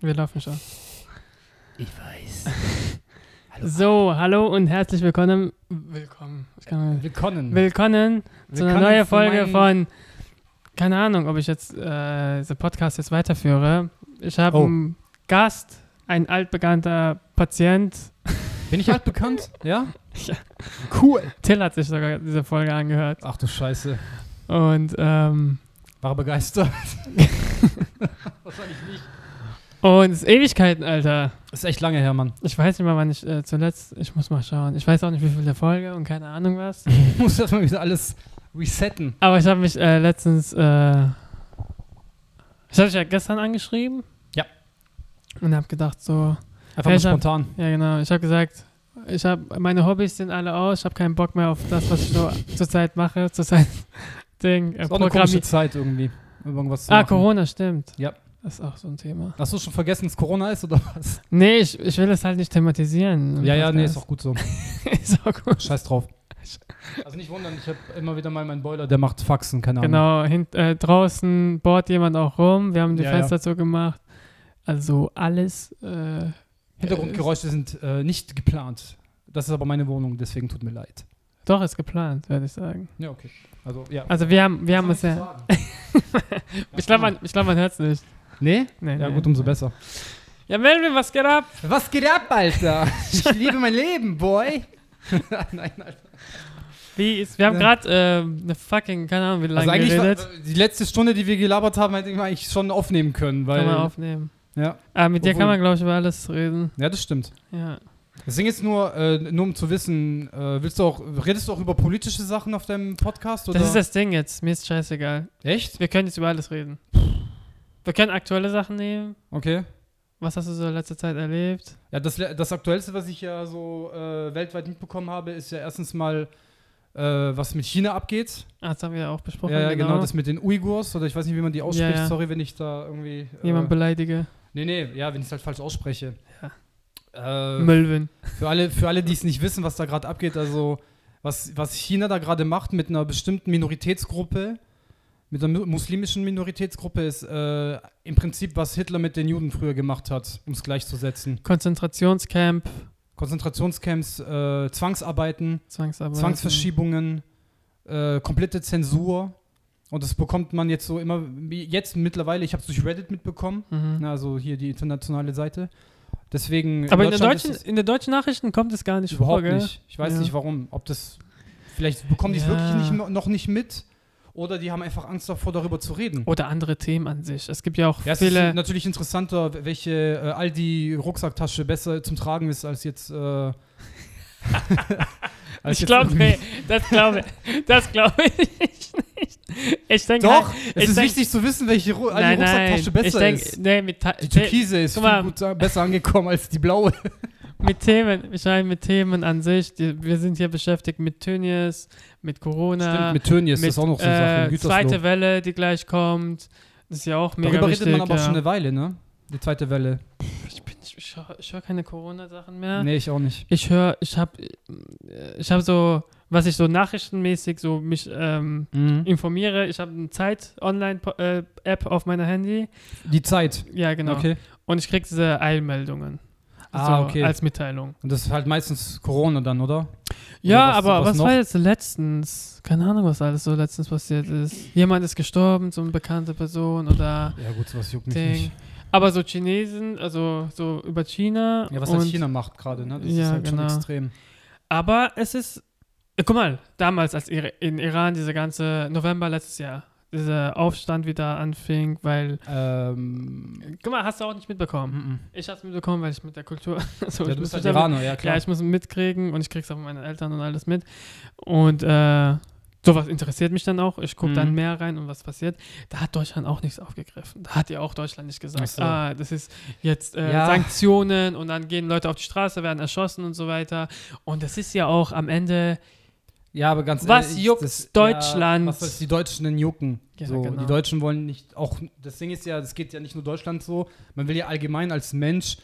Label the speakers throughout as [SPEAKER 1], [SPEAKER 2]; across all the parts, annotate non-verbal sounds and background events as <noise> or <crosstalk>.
[SPEAKER 1] Wir laufen schon.
[SPEAKER 2] Ich weiß.
[SPEAKER 1] <laughs>
[SPEAKER 2] Hallo.
[SPEAKER 1] So, hallo und herzlich willkommen. Willkommen. Ich kann mal,
[SPEAKER 2] Willkommen.
[SPEAKER 1] willkommen zu einer
[SPEAKER 2] Willkommen
[SPEAKER 1] neuen
[SPEAKER 2] zu
[SPEAKER 1] Folge
[SPEAKER 2] meinem-
[SPEAKER 1] von. Keine Ahnung, ob ich jetzt äh, diesen Podcast jetzt weiterführe. Ich habe
[SPEAKER 2] Oh.
[SPEAKER 1] einen Gast, ein altbekannter Patient.
[SPEAKER 2] Bin
[SPEAKER 1] <laughs>
[SPEAKER 2] ich altbekannt? ja?
[SPEAKER 1] Ja.
[SPEAKER 2] Cool.
[SPEAKER 1] Till hat sich sogar diese Folge angehört.
[SPEAKER 2] Ach du Scheiße.
[SPEAKER 1] Und, ähm,
[SPEAKER 2] War
[SPEAKER 1] <laughs>
[SPEAKER 2] begeistert. Wahrscheinlich nicht.
[SPEAKER 1] oh, und es ist Ewigkeiten, Alter.
[SPEAKER 2] Ist echt lange her, Mann.
[SPEAKER 1] Ich weiß nicht mal, wann ich äh, zuletzt. Ich muss mal schauen. Ich weiß auch nicht, wie viel der Folge und keine Ahnung was.
[SPEAKER 2] Ich muss erstmal wieder alles resetten.
[SPEAKER 1] Aber ich habe mich äh, letztens, äh, ich habe dich ja gestern angeschrieben.
[SPEAKER 2] Ja.
[SPEAKER 1] Und habe gedacht so,
[SPEAKER 2] Einfach
[SPEAKER 1] Ja,
[SPEAKER 2] mal
[SPEAKER 1] ich hab-
[SPEAKER 2] spontan.
[SPEAKER 1] ja genau, ich habe gesagt, ich habe meine Hobbys sind alle aus, ich habe keinen Bock mehr auf das, was ich so zurzeit mache, zurzeit <laughs> Ding, äh,
[SPEAKER 2] Ist auch eine komische
[SPEAKER 1] Programmi-
[SPEAKER 2] Zeit irgendwie. um Irgendwas zu
[SPEAKER 1] Ah,
[SPEAKER 2] machen.
[SPEAKER 1] Corona, stimmt.
[SPEAKER 2] Ja.
[SPEAKER 1] Das ist auch so ein Thema.
[SPEAKER 2] Hast du schon vergessen, dass Corona ist oder was?
[SPEAKER 1] Nee, ich, ich will das halt nicht thematisieren. im
[SPEAKER 2] Ja,
[SPEAKER 1] <laughs>
[SPEAKER 2] ja, nee, ist auch
[SPEAKER 1] Podcast.
[SPEAKER 2] gut so.
[SPEAKER 1] ist auch gut. <laughs>
[SPEAKER 2] Scheiß drauf. Also nicht wundern, ich habe immer wieder mal meinen Boiler, der macht Faxen, keine Ahnung.
[SPEAKER 1] Genau, hint, äh, draußen bohrt jemand auch rum, wir haben die
[SPEAKER 2] Ja, ja.
[SPEAKER 1] Fenster zugemacht. Also alles äh,
[SPEAKER 2] Hintergrundgeräusche sind äh, nicht geplant. Das ist aber meine Wohnung, deswegen tut mir leid.
[SPEAKER 1] Doch, ist geplant, würde ich sagen.
[SPEAKER 2] Ja, okay. Also, ja.
[SPEAKER 1] Also wir haben, wir haben
[SPEAKER 2] Was
[SPEAKER 1] uns
[SPEAKER 2] soll ich
[SPEAKER 1] ja.
[SPEAKER 2] sagen?
[SPEAKER 1] Ich glaube, man, ich glaub, man hört es nicht.
[SPEAKER 2] <laughs> Nee?
[SPEAKER 1] Nee,
[SPEAKER 2] Ja,
[SPEAKER 1] nee.
[SPEAKER 2] gut, um- umso besser.
[SPEAKER 1] Ja, Melvin, was geht ab?
[SPEAKER 2] Was geht ab, <laughs> Alter? Ich liebe mein Leben, Boy. <laughs> Nein, Alter.
[SPEAKER 1] Wie ist, wir haben
[SPEAKER 2] Ja.
[SPEAKER 1] gerade äh, eine fucking, keine Ahnung, wie lange
[SPEAKER 2] Also eigentlich war,
[SPEAKER 1] geredet.
[SPEAKER 2] die letzte Stunde, die wir gelabert haben, hätte ich mal eigentlich schon aufnehmen können, weil
[SPEAKER 1] Kann man aufnehmen.
[SPEAKER 2] ja,
[SPEAKER 1] Aber mit dir
[SPEAKER 2] Obwohl-
[SPEAKER 1] kann man, glaube ich, über alles reden.
[SPEAKER 2] ja, das stimmt.
[SPEAKER 1] Ja.
[SPEAKER 2] Das Ding ist nur, äh, nur um zu wissen, äh, willst du auch, redest du auch über politische Sachen auf deinem Podcast oder?
[SPEAKER 1] Das ist das Ding jetzt. Mir ist scheißegal.
[SPEAKER 2] echt?
[SPEAKER 1] Wir können jetzt über alles reden. Wir können aktuelle Sachen nehmen.
[SPEAKER 2] Okay.
[SPEAKER 1] Was hast du so in letzter Zeit erlebt?
[SPEAKER 2] Ja, das, le- das Aktuellste, was ich ja so äh, weltweit mitbekommen habe, ist ja erstens mal, äh, was mit China abgeht.
[SPEAKER 1] Ah, das haben wir ja auch besprochen.
[SPEAKER 2] Ja, ja, genau. das mit den Uigurs oder ich weiß nicht, wie man die ausspricht.
[SPEAKER 1] ja.
[SPEAKER 2] Sorry, wenn ich da irgendwie. Äh,
[SPEAKER 1] Jemand beleidige.
[SPEAKER 2] nee, nee, ja, wenn ich es halt falsch ausspreche. Äh,
[SPEAKER 1] Melvin.
[SPEAKER 2] für alle, für alle die es nicht wissen, was da gerade abgeht, also was, was China da gerade macht mit einer bestimmten Minoritätsgruppe, mit einer mu- muslimischen Minoritätsgruppe, ist äh, im Prinzip, was Hitler mit den Juden früher gemacht hat, um es gleichzusetzen.
[SPEAKER 1] Konzentrationscamp.
[SPEAKER 2] Konzentrationscamps, äh, Zwangsarbeiten,
[SPEAKER 1] Zwangsarbeit.
[SPEAKER 2] Zwangsverschiebungen, äh, komplette Zensur. Und das bekommt man jetzt so immer, jetzt mittlerweile, ich habe es durch Reddit mitbekommen,
[SPEAKER 1] Mhm.
[SPEAKER 2] na, also hier die internationale Seite. Deswegen.
[SPEAKER 1] Aber in, der
[SPEAKER 2] Deutschland ist
[SPEAKER 1] deutschen,
[SPEAKER 2] es-
[SPEAKER 1] in der deutschen Nachrichten kommt es gar nicht vor,
[SPEAKER 2] überhaupt
[SPEAKER 1] gell?
[SPEAKER 2] nicht. Ich weiß
[SPEAKER 1] Ja.
[SPEAKER 2] nicht warum. Ob das vielleicht bekommen die es
[SPEAKER 1] Ja.
[SPEAKER 2] wirklich nicht, mo- noch nicht mit oder die haben einfach Angst davor, darüber zu reden.
[SPEAKER 1] Oder andere Themen an sich. Es gibt ja auch
[SPEAKER 2] Ja, es ist
[SPEAKER 1] Oh, viele.
[SPEAKER 2] natürlich interessanter, w- welche äh, Aldi Rucksacktasche besser zum Tragen ist als jetzt. Äh, <laughs> als
[SPEAKER 1] Ich
[SPEAKER 2] jetzt
[SPEAKER 1] glaube,
[SPEAKER 2] irgendwie-
[SPEAKER 1] nee, das glaube das glaube ich nicht. Ich denke,
[SPEAKER 2] Doch, also
[SPEAKER 1] ich
[SPEAKER 2] es ist
[SPEAKER 1] denk-
[SPEAKER 2] wichtig zu wissen, welche Ru
[SPEAKER 1] nein,
[SPEAKER 2] Aldi
[SPEAKER 1] nein,
[SPEAKER 2] Rucksacktasche besser
[SPEAKER 1] ich denk,
[SPEAKER 2] ist.
[SPEAKER 1] Nee, mit, Ta-
[SPEAKER 2] Die
[SPEAKER 1] The-
[SPEAKER 2] türkise ist
[SPEAKER 1] guck
[SPEAKER 2] viel
[SPEAKER 1] mal.
[SPEAKER 2] gut, besser angekommen als
[SPEAKER 1] <laughs>
[SPEAKER 2] die blaue.
[SPEAKER 1] mit Themen, ich meine mit Themen an sich. Die, wir sind hier beschäftigt mit Tönnies, mit Corona,
[SPEAKER 2] mit Tönnies
[SPEAKER 1] mit,
[SPEAKER 2] ist auch noch so eine Sache.
[SPEAKER 1] äh,
[SPEAKER 2] Gütersloh.
[SPEAKER 1] zweite Welle, die gleich kommt. Das ist ja auch mega
[SPEAKER 2] Darüber
[SPEAKER 1] wichtig.
[SPEAKER 2] redet man aber
[SPEAKER 1] ja.
[SPEAKER 2] schon eine Weile, ne? Die zweite Welle.
[SPEAKER 1] ich bin- ich höre hör keine Corona-Sachen mehr.
[SPEAKER 2] Nee, ich auch nicht.
[SPEAKER 1] ich höre, ich habe, ich habe so, was ich so nachrichtenmäßig so mich ähm, informiere. Ich habe eine Zeit-Online-App äh, auf meiner Handy.
[SPEAKER 2] Die Zeit.
[SPEAKER 1] Ja, genau.
[SPEAKER 2] Okay.
[SPEAKER 1] Und ich kriege diese Eilmeldungen.
[SPEAKER 2] Ah,
[SPEAKER 1] so,
[SPEAKER 2] okay.
[SPEAKER 1] Als Mitteilung.
[SPEAKER 2] Und das ist halt meistens Corona dann, oder?
[SPEAKER 1] Ja,
[SPEAKER 2] was-
[SPEAKER 1] aber
[SPEAKER 2] was
[SPEAKER 1] was,
[SPEAKER 2] noch?
[SPEAKER 1] war jetzt letztens? Keine Ahnung, was alles so letztens passiert ist. Jemand ist gestorben, so eine bekannte Person oder
[SPEAKER 2] Ja gut, sowas juckt mich
[SPEAKER 1] Ding.
[SPEAKER 2] nicht.
[SPEAKER 1] Aber so Chinesen, also so über China.
[SPEAKER 2] Ja, was
[SPEAKER 1] und
[SPEAKER 2] halt China macht gerade, ne? Das
[SPEAKER 1] Ja,
[SPEAKER 2] ist halt
[SPEAKER 1] genau.
[SPEAKER 2] schon extrem.
[SPEAKER 1] Aber es ist. Äh, Guck mal, damals, als Ira- in Iran diese ganze November letztes Jahr, dieser Aufstand wieder anfing, weil.
[SPEAKER 2] Ähm,
[SPEAKER 1] Guck mal, hast du auch nicht mitbekommen.
[SPEAKER 2] mhm.
[SPEAKER 1] Ich hab's mitbekommen, weil ich mit der Kultur. <laughs> so, mm,
[SPEAKER 2] ja,
[SPEAKER 1] ich muss
[SPEAKER 2] du bist halt
[SPEAKER 1] mich damit-
[SPEAKER 2] Iraner, ja
[SPEAKER 1] Klar,
[SPEAKER 2] klar.
[SPEAKER 1] ich muss mitkriegen und ich krieg's auch von meinen Eltern und alles mit. Und äh, sowas interessiert mich dann auch. Ich gucke
[SPEAKER 2] Mhm.
[SPEAKER 1] dann mehr rein und was passiert. Da hat Deutschland auch nichts aufgegriffen. Da hat ja auch Deutschland nicht
[SPEAKER 2] Ach
[SPEAKER 1] gesagt,
[SPEAKER 2] so.
[SPEAKER 1] ah, das ist jetzt äh,
[SPEAKER 2] Ja.
[SPEAKER 1] Sanktionen und dann gehen Leute auf die Straße, werden erschossen und so weiter. Und das ist ja auch am Ende.
[SPEAKER 2] Ja, aber ganz
[SPEAKER 1] Was
[SPEAKER 2] ehrlich,
[SPEAKER 1] juckt
[SPEAKER 2] das-
[SPEAKER 1] Deutschland?
[SPEAKER 2] Ja, was soll die Deutschen denn jucken?
[SPEAKER 1] Ja,
[SPEAKER 2] so,
[SPEAKER 1] genau.
[SPEAKER 2] Die Deutschen wollen nicht, auch, das Ding ist ja, das geht ja nicht nur Deutschland so, man will ja allgemein als Mensch,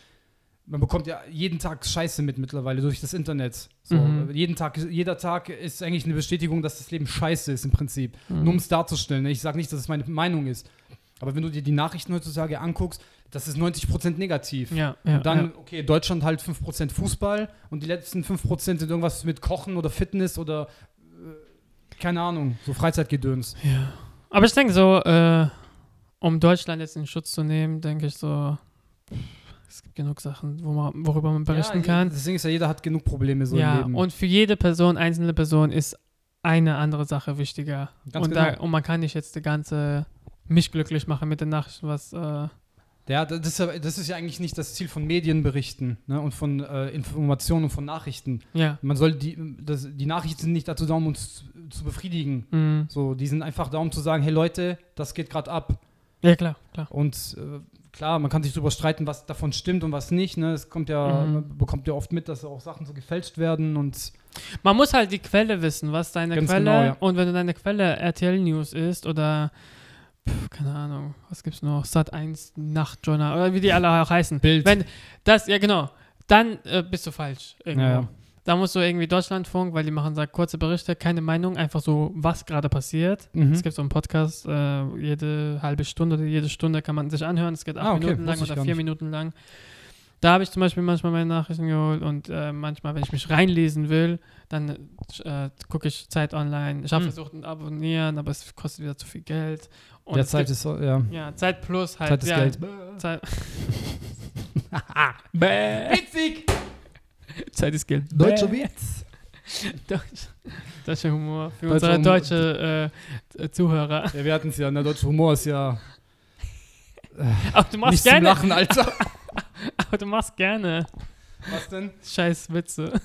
[SPEAKER 2] man bekommt ja jeden Tag Scheiße mit mittlerweile durch das Internet. So,
[SPEAKER 1] Mhm.
[SPEAKER 2] jeden Tag, jeder Tag ist eigentlich eine Bestätigung, dass das Leben scheiße ist im Prinzip.
[SPEAKER 1] Mhm.
[SPEAKER 2] Nur um es darzustellen. ne? Ich sage nicht, dass es meine Meinung ist. Aber wenn du dir die Nachrichten heutzutage anguckst, das ist 90% negativ.
[SPEAKER 1] Ja, ja,
[SPEAKER 2] und dann,
[SPEAKER 1] ja.
[SPEAKER 2] okay, Deutschland halt 5% Fußball und die letzten 5% sind irgendwas mit Kochen oder Fitness oder äh, keine Ahnung, so Freizeitgedöns.
[SPEAKER 1] Ja. Aber ich denke so, äh, um Deutschland jetzt in Schutz zu nehmen, denke ich so, es gibt genug Sachen, wo man, worüber man berichten
[SPEAKER 2] ja, je-
[SPEAKER 1] kann.
[SPEAKER 2] Deswegen ist ja jeder hat genug Probleme so
[SPEAKER 1] ja,
[SPEAKER 2] im Leben.
[SPEAKER 1] und für jede Person, einzelne Person ist eine andere Sache wichtiger.
[SPEAKER 2] Ganz
[SPEAKER 1] und, da,
[SPEAKER 2] genau.
[SPEAKER 1] und man kann nicht jetzt die ganze mich glücklich machen mit den Nachrichten, was äh,
[SPEAKER 2] ja, das ist, ja- das ist ja eigentlich nicht das Ziel von Medienberichten ne? und von äh, Informationen und von Nachrichten.
[SPEAKER 1] ja.
[SPEAKER 2] Man soll die, das, die Nachrichten sind nicht dazu da, um uns zu, zu befriedigen.
[SPEAKER 1] mm.
[SPEAKER 2] So, die sind einfach da, um zu sagen, hey Leute, das geht gerade ab.
[SPEAKER 1] Ja, klar, klar.
[SPEAKER 2] Und äh, klar, man kann sich darüber streiten, was davon stimmt und was nicht. Ne? Es kommt ja,
[SPEAKER 1] Mhm.
[SPEAKER 2] man bekommt ja oft mit, dass auch Sachen so gefälscht werden und
[SPEAKER 1] Man muss halt die Quelle wissen, was deine
[SPEAKER 2] Ganz
[SPEAKER 1] Quelle
[SPEAKER 2] genau, ja.
[SPEAKER 1] und wenn deine Quelle RTL News ist oder pf, keine Ahnung, was gibt's noch? Sat 1 Nachtjournal oder wie die alle auch heißen.
[SPEAKER 2] Bild.
[SPEAKER 1] Wenn das ja genau, dann äh, bist du falsch irgendwo.
[SPEAKER 2] Ja, ja.
[SPEAKER 1] Da musst du irgendwie Deutschlandfunk, weil die machen da kurze Berichte, keine Meinung, einfach so, was gerade passiert.
[SPEAKER 2] Mhm.
[SPEAKER 1] Es gibt so einen Podcast, äh, jede halbe Stunde oder jede Stunde kann man sich anhören. Es geht acht
[SPEAKER 2] Ah, okay,
[SPEAKER 1] Minuten lang
[SPEAKER 2] wusste ich
[SPEAKER 1] oder
[SPEAKER 2] gar
[SPEAKER 1] vier
[SPEAKER 2] nicht.
[SPEAKER 1] Minuten lang. Da habe ich zum Beispiel manchmal meine Nachrichten geholt und äh, manchmal, wenn ich mich reinlesen will, dann äh, gucke ich Zeit online. Ich habe
[SPEAKER 2] Hm.
[SPEAKER 1] versucht zu abonnieren, aber es kostet wieder zu viel Geld. Und
[SPEAKER 2] der
[SPEAKER 1] es
[SPEAKER 2] Zeit
[SPEAKER 1] gibt,
[SPEAKER 2] ist so, ja.
[SPEAKER 1] ja, Zeit plus halt.
[SPEAKER 2] Zeit ist
[SPEAKER 1] ja,
[SPEAKER 2] Geld.
[SPEAKER 1] Zeit,
[SPEAKER 2] <laughs>
[SPEAKER 1] <laughs>
[SPEAKER 2] Witzig!
[SPEAKER 1] Zeit ist Geld.
[SPEAKER 2] Deutscher Witz!
[SPEAKER 1] Deutsch, deutscher Humor für unsere
[SPEAKER 2] Deutscher Humor.
[SPEAKER 1] deutsche äh, Zuhörer. <laughs>
[SPEAKER 2] Ja, wir hatten es ja, ne, deutscher Humor ist ja
[SPEAKER 1] Aber du machst
[SPEAKER 2] nichts zum
[SPEAKER 1] gerne, <laughs>
[SPEAKER 2] Lachen, Alter.
[SPEAKER 1] aber du machst gerne
[SPEAKER 2] was denn?
[SPEAKER 1] scheiß Witze. <laughs>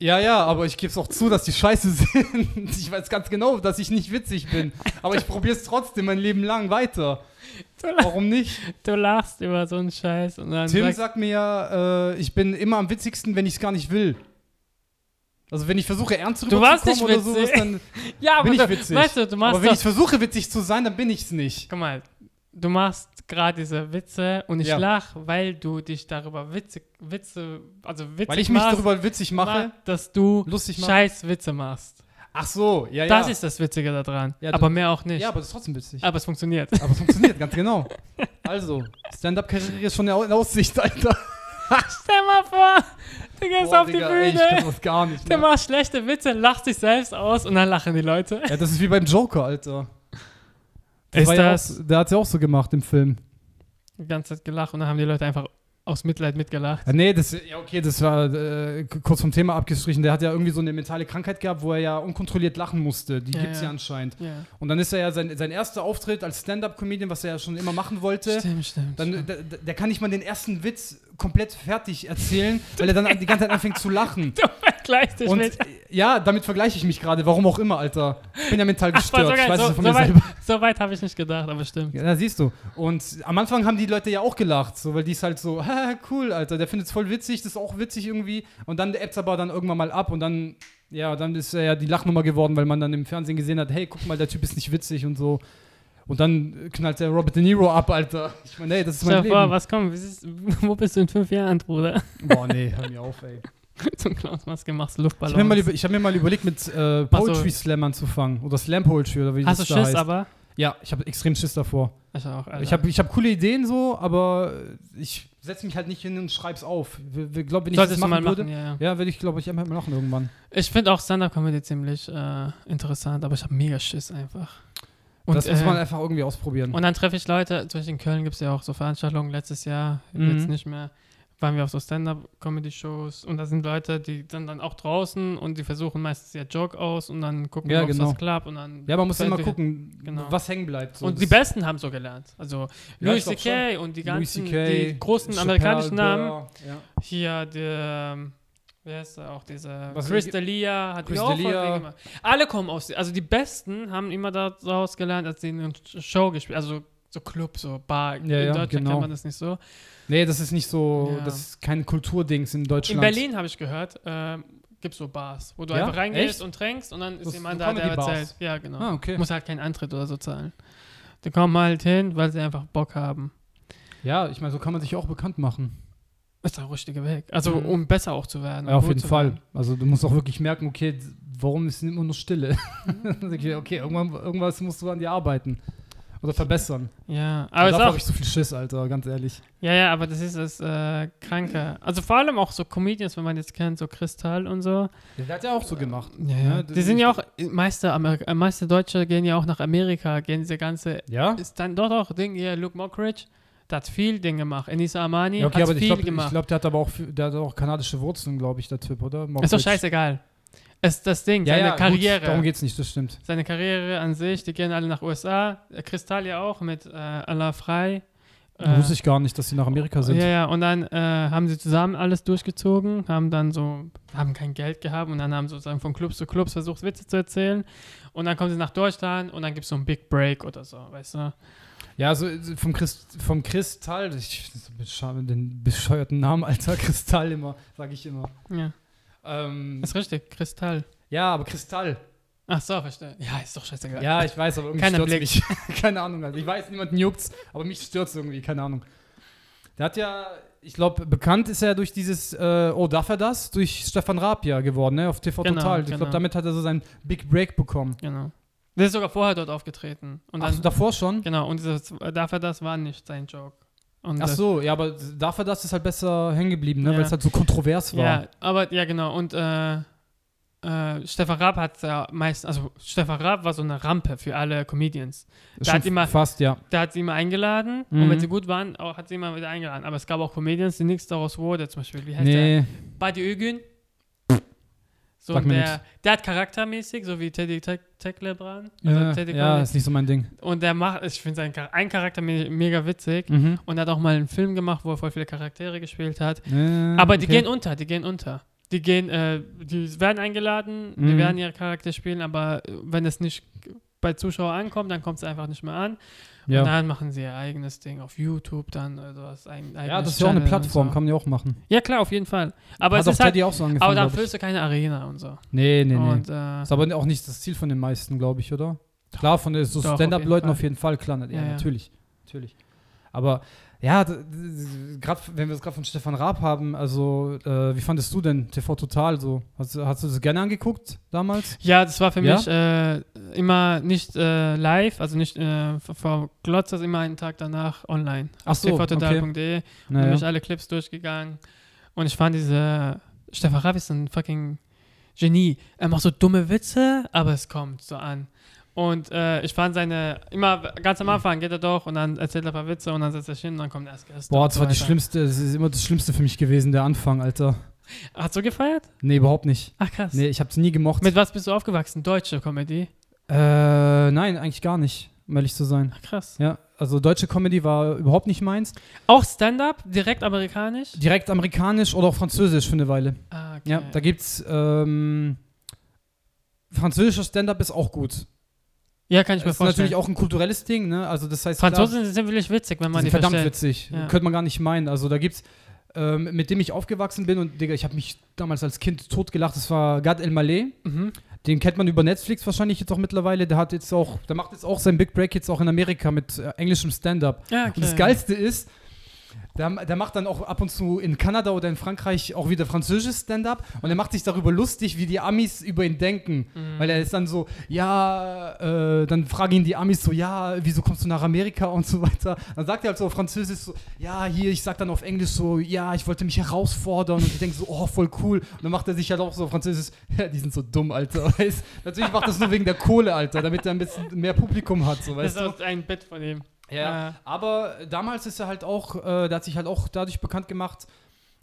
[SPEAKER 2] Ja, ja, aber ich gebe es auch zu, dass die scheiße <laughs> sind. Ich weiß ganz genau, dass ich nicht witzig bin. Aber ich probiere es trotzdem mein Leben lang weiter. <laughs> Warum nicht?
[SPEAKER 1] Du lachst über so einen Scheiß und dann
[SPEAKER 2] Tim
[SPEAKER 1] sagst
[SPEAKER 2] sagt mir ja, äh, ich bin immer am witzigsten, wenn ich es gar nicht will. Also wenn ich versuche ernst
[SPEAKER 1] Du warst nicht
[SPEAKER 2] rüberzukommen oder sowas,
[SPEAKER 1] witzig. <laughs>
[SPEAKER 2] dann
[SPEAKER 1] ja, aber
[SPEAKER 2] bin
[SPEAKER 1] du,
[SPEAKER 2] ich witzig.
[SPEAKER 1] weißt du, du machst
[SPEAKER 2] Aber wenn ich
[SPEAKER 1] doch,
[SPEAKER 2] versuche witzig zu sein, dann bin ich es nicht.
[SPEAKER 1] guck mal, du machst gerade diese Witze und ich
[SPEAKER 2] Ja.
[SPEAKER 1] lach, weil du dich darüber witzig, Witze, also witzig
[SPEAKER 2] Weil ich mich
[SPEAKER 1] machst,
[SPEAKER 2] darüber witzig mache,
[SPEAKER 1] ma- dass du
[SPEAKER 2] lustig mache.
[SPEAKER 1] scheiß Witze machst.
[SPEAKER 2] Ach so, ja, ja.
[SPEAKER 1] Das ist das Witzige daran,
[SPEAKER 2] Ja,
[SPEAKER 1] aber mehr auch nicht.
[SPEAKER 2] ja, aber das ist trotzdem witzig.
[SPEAKER 1] aber es funktioniert.
[SPEAKER 2] Aber es funktioniert, <laughs> ganz genau. Also, Stand-Up-Karriere ist schon eine Au- eine
[SPEAKER 1] <laughs>
[SPEAKER 2] Aussicht, Alter.
[SPEAKER 1] <laughs> Stell mal vor, du gehst
[SPEAKER 2] Boah,
[SPEAKER 1] auf die
[SPEAKER 2] Digga,
[SPEAKER 1] Bühne,
[SPEAKER 2] Ey, ich kann das gar nicht.
[SPEAKER 1] du
[SPEAKER 2] Ne?
[SPEAKER 1] machst schlechte Witze, lachst dich selbst aus und dann lachen die Leute.
[SPEAKER 2] Ja, das ist wie beim Joker, Alter.
[SPEAKER 1] Ist
[SPEAKER 2] war
[SPEAKER 1] das
[SPEAKER 2] Ja auch, der hat es ja auch so gemacht im Film.
[SPEAKER 1] die ganze Zeit gelacht und dann haben die Leute einfach aus Mitleid mitgelacht.
[SPEAKER 2] Ja, Ah, nee, das, ja, okay, das war äh, k- kurz vom Thema abgestrichen. Der hat ja irgendwie so eine mentale Krankheit gehabt, wo er ja unkontrolliert lachen musste. Die
[SPEAKER 1] Ja,
[SPEAKER 2] gibt's
[SPEAKER 1] ja.
[SPEAKER 2] ja anscheinend.
[SPEAKER 1] Ja.
[SPEAKER 2] Und dann ist er ja sein, sein erster Auftritt als Stand-Up-Comedian, was er ja schon immer machen wollte.
[SPEAKER 1] Stimmt, stimmt.
[SPEAKER 2] Dann,
[SPEAKER 1] stimmt.
[SPEAKER 2] der, der kann nicht mal den ersten Witz komplett fertig erzählen, weil er dann die ganze Zeit anfängt zu lachen.
[SPEAKER 1] <laughs> Gleich dich
[SPEAKER 2] Und
[SPEAKER 1] mit.
[SPEAKER 2] äh, ja, damit vergleiche ich mich gerade, warum auch immer, Alter. Ich bin ja mental
[SPEAKER 1] so
[SPEAKER 2] gestört.
[SPEAKER 1] geil,
[SPEAKER 2] ich weiß
[SPEAKER 1] so-
[SPEAKER 2] es von
[SPEAKER 1] so
[SPEAKER 2] mir
[SPEAKER 1] weit-
[SPEAKER 2] selber.
[SPEAKER 1] So weit habe ich nicht gedacht, aber stimmt.
[SPEAKER 2] Ja, da siehst du. Und am Anfang haben die Leute ja auch gelacht, so, weil die es halt so, <laughs> "Haha, cool, Alter, der findet es voll witzig, das ist auch witzig irgendwie. Und dann ebbt aber dann irgendwann mal ab und dann, ja, dann ist er ja die Lachnummer geworden, weil man dann im Fernsehen gesehen hat, hey, guck mal, der Typ ist nicht witzig und so. Und dann knallt der Robert De Niro ab, Alter. Ich meine, hey, das ist
[SPEAKER 1] Stell
[SPEAKER 2] mein
[SPEAKER 1] dir vor,
[SPEAKER 2] Leben.
[SPEAKER 1] was kommt? was ist- <laughs> Wo bist du in fünf Jahren, Bruder? <laughs>
[SPEAKER 2] Boah, nee, hör mir auf, ey.
[SPEAKER 1] Zum Klausmaske machst du
[SPEAKER 2] Ich habe mir, mal
[SPEAKER 1] Luftballons.
[SPEAKER 2] über- ich hab mir mal überlegt, mit äh, Poetry
[SPEAKER 1] so.
[SPEAKER 2] Slam anzufangen. Oder Slam Poetry, oder wie
[SPEAKER 1] Hast du
[SPEAKER 2] das
[SPEAKER 1] Schiss,
[SPEAKER 2] da heißt.
[SPEAKER 1] aber?
[SPEAKER 2] Ja, ich habe extrem Schiss davor.
[SPEAKER 1] Ich auch, Alter.
[SPEAKER 2] Ich habe ich hab coole Ideen so, aber ich setze mich halt nicht hin und schreib's auf. Wir, wir glaub, wenn ich das
[SPEAKER 1] Solltest du
[SPEAKER 2] machen,
[SPEAKER 1] mal
[SPEAKER 2] würde,
[SPEAKER 1] machen, ja, ja.
[SPEAKER 2] ja, würde ich glaube ich einfach mal machen irgendwann.
[SPEAKER 1] Ich finde auch Stand-Up-Comedy ziemlich äh, interessant, aber ich habe mega Schiss einfach. Und,
[SPEAKER 2] das muss man
[SPEAKER 1] äh,
[SPEAKER 2] einfach irgendwie ausprobieren.
[SPEAKER 1] und dann treffe ich Leute, zum Beispiel in Köln gibt es ja auch so Veranstaltungen, letztes Jahr,
[SPEAKER 2] Mhm.
[SPEAKER 1] jetzt nicht mehr, waren wir auf so Stand-Up-Comedy-Shows und da sind Leute, die sind dann auch draußen und die versuchen meistens ihr Joke aus und dann gucken,
[SPEAKER 2] Ja,
[SPEAKER 1] ob
[SPEAKER 2] genau.
[SPEAKER 1] das klappt und dann
[SPEAKER 2] ja, man muss immer
[SPEAKER 1] entwickelt-
[SPEAKER 2] gucken,
[SPEAKER 1] Genau.
[SPEAKER 2] was hängen bleibt. So.
[SPEAKER 1] und die
[SPEAKER 2] Das-
[SPEAKER 1] Besten haben so gelernt. Also
[SPEAKER 2] Ja,
[SPEAKER 1] Louis
[SPEAKER 2] ich glaub
[SPEAKER 1] C.K. und die ganzen
[SPEAKER 2] Louis
[SPEAKER 1] die großen
[SPEAKER 2] Chappelle,
[SPEAKER 1] amerikanischen Namen.
[SPEAKER 2] Burr, Ja.
[SPEAKER 1] Hier, der, ähm, wer ist da auch dieser?
[SPEAKER 2] Was-
[SPEAKER 1] Chris D'Elia hat
[SPEAKER 2] Chris
[SPEAKER 1] die auch voll
[SPEAKER 2] D'Elia.
[SPEAKER 1] Ding gemacht. Alle kommen aus, also die Besten haben immer daraus gelernt, als sie eine Show gespielt, also so Club, so Bar.
[SPEAKER 2] Ja,
[SPEAKER 1] in
[SPEAKER 2] ja,
[SPEAKER 1] Deutschland
[SPEAKER 2] genau.
[SPEAKER 1] kennt man das nicht so.
[SPEAKER 2] Nee, das ist nicht so,
[SPEAKER 1] Ja.
[SPEAKER 2] das ist kein Kulturdings in Deutschland.
[SPEAKER 1] In Berlin habe ich gehört, ähm, gibt es so Bars, wo du
[SPEAKER 2] Ja?
[SPEAKER 1] einfach reingehst
[SPEAKER 2] Echt?
[SPEAKER 1] und trinkst und dann ist
[SPEAKER 2] Das-
[SPEAKER 1] jemand
[SPEAKER 2] so
[SPEAKER 1] da, der
[SPEAKER 2] Comedy-Bars.
[SPEAKER 1] erzählt. Ja, genau.
[SPEAKER 2] Ah, okay.
[SPEAKER 1] Muss halt keinen Antritt oder so zahlen. Die kommen halt hin, weil sie einfach Bock haben.
[SPEAKER 2] Ja, ich meine, so kann man sich auch bekannt machen.
[SPEAKER 1] Ist der richtige Weg. Also,
[SPEAKER 2] Mhm.
[SPEAKER 1] um besser auch zu werden.
[SPEAKER 2] Ja,
[SPEAKER 1] um
[SPEAKER 2] auf
[SPEAKER 1] gut
[SPEAKER 2] jeden
[SPEAKER 1] zu
[SPEAKER 2] Fall.
[SPEAKER 1] werden.
[SPEAKER 2] Also du musst auch wirklich merken, okay, d- <laughs> warum ist denn immer nur Stille? Dann denk ich, okay, irgendwann, irgendwas musst du an dir arbeiten. Und oder verbessern.
[SPEAKER 1] Ja,
[SPEAKER 2] Aber
[SPEAKER 1] aber es
[SPEAKER 2] Dafür habe ich
[SPEAKER 1] ist auch,
[SPEAKER 2] so viel Schiss, Alter, ganz ehrlich.
[SPEAKER 1] ja, ja, aber das ist das äh, Kranke. Also vor allem auch so Comedians, wenn man jetzt kennt, so Kristall und so.
[SPEAKER 2] Der hat ja auch so gemacht.
[SPEAKER 1] Ja,
[SPEAKER 2] ja.
[SPEAKER 1] Die sind ja auch, meiste, Amer äh, meiste Deutsche gehen ja auch nach Amerika, gehen diese ganze,
[SPEAKER 2] Ja?
[SPEAKER 1] ist dann doch auch Ding, hier, Luke Mockridge, der hat viel Ding gemacht. Enisa Amani
[SPEAKER 2] ja okay,
[SPEAKER 1] hat
[SPEAKER 2] aber ich
[SPEAKER 1] viel
[SPEAKER 2] glaube,
[SPEAKER 1] gemacht.
[SPEAKER 2] glaub, der hat aber auch, viel- der hat auch kanadische Wurzeln, glaube ich, der Typ, oder?
[SPEAKER 1] ist doch
[SPEAKER 2] Mockridge.
[SPEAKER 1] scheißegal. Es ist das Ding,
[SPEAKER 2] Ja,
[SPEAKER 1] seine
[SPEAKER 2] ja,
[SPEAKER 1] Karriere.
[SPEAKER 2] Gut, darum geht's nicht, das stimmt.
[SPEAKER 1] seine Karriere an sich, die gehen alle nach USA. Äh, Kristall ja auch mit äh, Allah Frei. Äh,
[SPEAKER 2] Wusste ich gar nicht, dass sie nach Amerika sind.
[SPEAKER 1] Ja, ja, und dann äh, haben sie zusammen alles durchgezogen, haben dann so, haben kein Geld gehabt und dann haben sozusagen von Club zu Club versucht, Witze zu erzählen. Und dann kommen sie nach Deutschland und dann gibt es so einen Big Break oder so, weißt du?
[SPEAKER 2] Ja, also äh, vom, Christ, vom Kristall, ich so bescheu- den bescheuerten Namen, Alter, <laughs> Kristall immer, sage ich immer.
[SPEAKER 1] Ja,
[SPEAKER 2] Ähm,
[SPEAKER 1] ist richtig, Kristall.
[SPEAKER 2] ja, aber Kristall.
[SPEAKER 1] Ach so, verstehe. Ja, ist doch scheißegal.
[SPEAKER 2] Ja, ich weiß, aber irgendwie
[SPEAKER 1] Keiner
[SPEAKER 2] stört
[SPEAKER 1] blickt.
[SPEAKER 2] mich. <laughs> keine Ahnung, also ich weiß, niemanden juckt's, aber mich stört's irgendwie, keine Ahnung. Der hat ja, ich glaube, bekannt ist er durch dieses, äh, oh, darf er das? Durch Stefan Raab ja geworden, ne, auf TV
[SPEAKER 1] Genau,
[SPEAKER 2] Total. Ich glaube,
[SPEAKER 1] genau.
[SPEAKER 2] damit hat er so seinen Big Break bekommen.
[SPEAKER 1] Genau. Der ist sogar vorher dort aufgetreten. Und
[SPEAKER 2] Ach,
[SPEAKER 1] dann,
[SPEAKER 2] davor schon?
[SPEAKER 1] genau, und dieses, äh, darf er das, war nicht sein Joke. Und
[SPEAKER 2] Ach
[SPEAKER 1] das-
[SPEAKER 2] so, ja, aber darf er das ist halt besser hängen geblieben, ne,
[SPEAKER 1] Ja.
[SPEAKER 2] weil es halt so kontrovers war.
[SPEAKER 1] Ja, aber ja, genau. Und äh, äh, Stefan Raab hat ja meistens, also Stefan Raab war so eine Rampe für alle Comedians.
[SPEAKER 2] Ist
[SPEAKER 1] Da
[SPEAKER 2] schon
[SPEAKER 1] hat immer-
[SPEAKER 2] fast, ja.
[SPEAKER 1] Da hat sie immer eingeladen
[SPEAKER 2] Mhm.
[SPEAKER 1] und wenn sie gut waren, auch, hat sie immer wieder eingeladen. Aber es gab auch Comedians, die nichts daraus wurde. Zum Beispiel, wie heißt der?
[SPEAKER 2] Nee.
[SPEAKER 1] Badi Ögün. So,
[SPEAKER 2] Sag mir
[SPEAKER 1] der, der hat charaktermäßig, so wie Teddy Te Teklebran. Also
[SPEAKER 2] Ja,
[SPEAKER 1] Teddy
[SPEAKER 2] äh, ja,
[SPEAKER 1] Graham.
[SPEAKER 2] ist nicht so mein Ding.
[SPEAKER 1] Und der macht, ich finde seinen Char ein Charakter me mega witzig.
[SPEAKER 2] Mhm.
[SPEAKER 1] Und er hat auch mal einen Film gemacht, wo er voll viele Charaktere gespielt hat.
[SPEAKER 2] Ja,
[SPEAKER 1] Aber die
[SPEAKER 2] Mhm. Ah, okay.
[SPEAKER 1] gehen unter, die gehen unter. Die gehen, äh, die werden eingeladen, die
[SPEAKER 2] Mhm.
[SPEAKER 1] werden ihre Charakter spielen, aber äh, wenn es nicht bei Zuschauer ankommt, dann kommt es einfach nicht mehr an. Und
[SPEAKER 2] Ja,
[SPEAKER 1] dann machen sie ihr eigenes Ding auf YouTube, dann äh, sowas, ein
[SPEAKER 2] ja
[SPEAKER 1] eigenes
[SPEAKER 2] das ist ja auch eine
[SPEAKER 1] Channel und
[SPEAKER 2] Plattform,
[SPEAKER 1] So.
[SPEAKER 2] kann man ja auch machen.
[SPEAKER 1] Ja klar, auf jeden Fall. Aber
[SPEAKER 2] Hat
[SPEAKER 1] es
[SPEAKER 2] auch
[SPEAKER 1] ist halt,
[SPEAKER 2] Teddy auch so angefangen,
[SPEAKER 1] aber dann
[SPEAKER 2] glaub ich.
[SPEAKER 1] füllst du keine Arena und so.
[SPEAKER 2] Nee, nee, nee.
[SPEAKER 1] Und äh,
[SPEAKER 2] ist aber auch nicht das Ziel von den meisten, glaube ich, oder? Klar, von den so
[SPEAKER 1] Doch, auf jeden
[SPEAKER 2] Stand-Up-Leuten
[SPEAKER 1] Fall.
[SPEAKER 2] auf jeden Fall, klar. Ja,
[SPEAKER 1] Ja, ja.
[SPEAKER 2] natürlich. Natürlich. Aber ja, gerade wenn wir es gerade von Stefan Raab haben, also äh, wie fandest du denn TV Total so? Hast, du- hast du das gerne angeguckt damals?
[SPEAKER 1] ja, das war für
[SPEAKER 2] Ja?
[SPEAKER 1] mich äh, immer nicht äh, live, also nicht äh, vor- vor Glotz, das immer einen Tag danach online.
[SPEAKER 2] Ach so, okay.
[SPEAKER 1] tvtotal.de. Und
[SPEAKER 2] Naja.
[SPEAKER 1] bin ich alle Clips durchgegangen. Und ich fand diese. Stefan Raab ist ein fucking Genie. Er macht so dumme Witze, aber es kommt so an. Und äh, ich fand seine. Immer ganz am Anfang geht er doch und dann erzählt er ein paar Witze und dann setzt er sich hin und dann kommt erst Gast.
[SPEAKER 2] Boah,
[SPEAKER 1] und
[SPEAKER 2] das
[SPEAKER 1] so
[SPEAKER 2] war die
[SPEAKER 1] weiter.
[SPEAKER 2] schlimmste, das ist immer das Schlimmste für mich gewesen, der Anfang, Alter.
[SPEAKER 1] Hast du gefeiert?
[SPEAKER 2] Nee, überhaupt nicht.
[SPEAKER 1] Ach krass.
[SPEAKER 2] Nee, ich hab's nie gemocht.
[SPEAKER 1] Mit was bist du aufgewachsen? Deutsche Comedy?
[SPEAKER 2] Äh, nein, eigentlich gar nicht, um ehrlich zu sein.
[SPEAKER 1] Ach krass.
[SPEAKER 2] Ja, also deutsche Comedy war überhaupt nicht meins.
[SPEAKER 1] Auch Stand-up? Direkt amerikanisch?
[SPEAKER 2] Direkt amerikanisch oder auch französisch für eine Weile.
[SPEAKER 1] Ah, okay.
[SPEAKER 2] Ja, da gibt's, ähm, französischer Stand-Up ist auch gut.
[SPEAKER 1] Ja, kann ich mir
[SPEAKER 2] Das ist
[SPEAKER 1] vorstellen.
[SPEAKER 2] natürlich auch ein kulturelles Ding, ne? Also das heißt,
[SPEAKER 1] Franzosen sind wirklich witzig, wenn
[SPEAKER 2] klar,
[SPEAKER 1] man die
[SPEAKER 2] die sind verdammt
[SPEAKER 1] versteht.
[SPEAKER 2] witzig.
[SPEAKER 1] Ja.
[SPEAKER 2] Könnte man gar nicht meinen. Also da gibt's, ähm, mit dem ich aufgewachsen bin und Digga, ich habe mich damals als Kind totgelacht, das war Gad El Maleh.
[SPEAKER 1] Mhm.
[SPEAKER 2] Den kennt man über Netflix wahrscheinlich jetzt auch mittlerweile. Der hat jetzt auch, der macht jetzt auch seinen Big Break jetzt auch in Amerika mit äh, englischem Stand-up.
[SPEAKER 1] Ja, okay.
[SPEAKER 2] Und das Geilste ist, der, der macht dann auch ab und zu in Kanada oder in Frankreich auch wieder französisches Stand-up und er macht sich darüber lustig, wie die Amis über ihn denken.
[SPEAKER 1] Mhm.
[SPEAKER 2] Weil er ist dann so, ja, äh, dann fragen ihn die Amis so, ja, wieso kommst du nach Amerika <laughs> und so weiter. Dann sagt er halt so auf Französisch so, ja, hier, ich sag dann auf Englisch so, ja, ich wollte mich herausfordern und die denken so, oh, voll cool. Und dann macht er sich halt auch so auf Französisch, <laughs> ja, die sind so dumm, Alter, <laughs> weißt Natürlich macht das nur wegen der Kohle, Alter, damit er ein bisschen mehr Publikum hat, so,
[SPEAKER 1] Das
[SPEAKER 2] weißt
[SPEAKER 1] ist
[SPEAKER 2] du?
[SPEAKER 1] auch ein Bit von ihm.
[SPEAKER 2] Ja,
[SPEAKER 1] Äh.
[SPEAKER 2] aber damals ist er halt auch, äh, der hat sich halt auch dadurch bekannt gemacht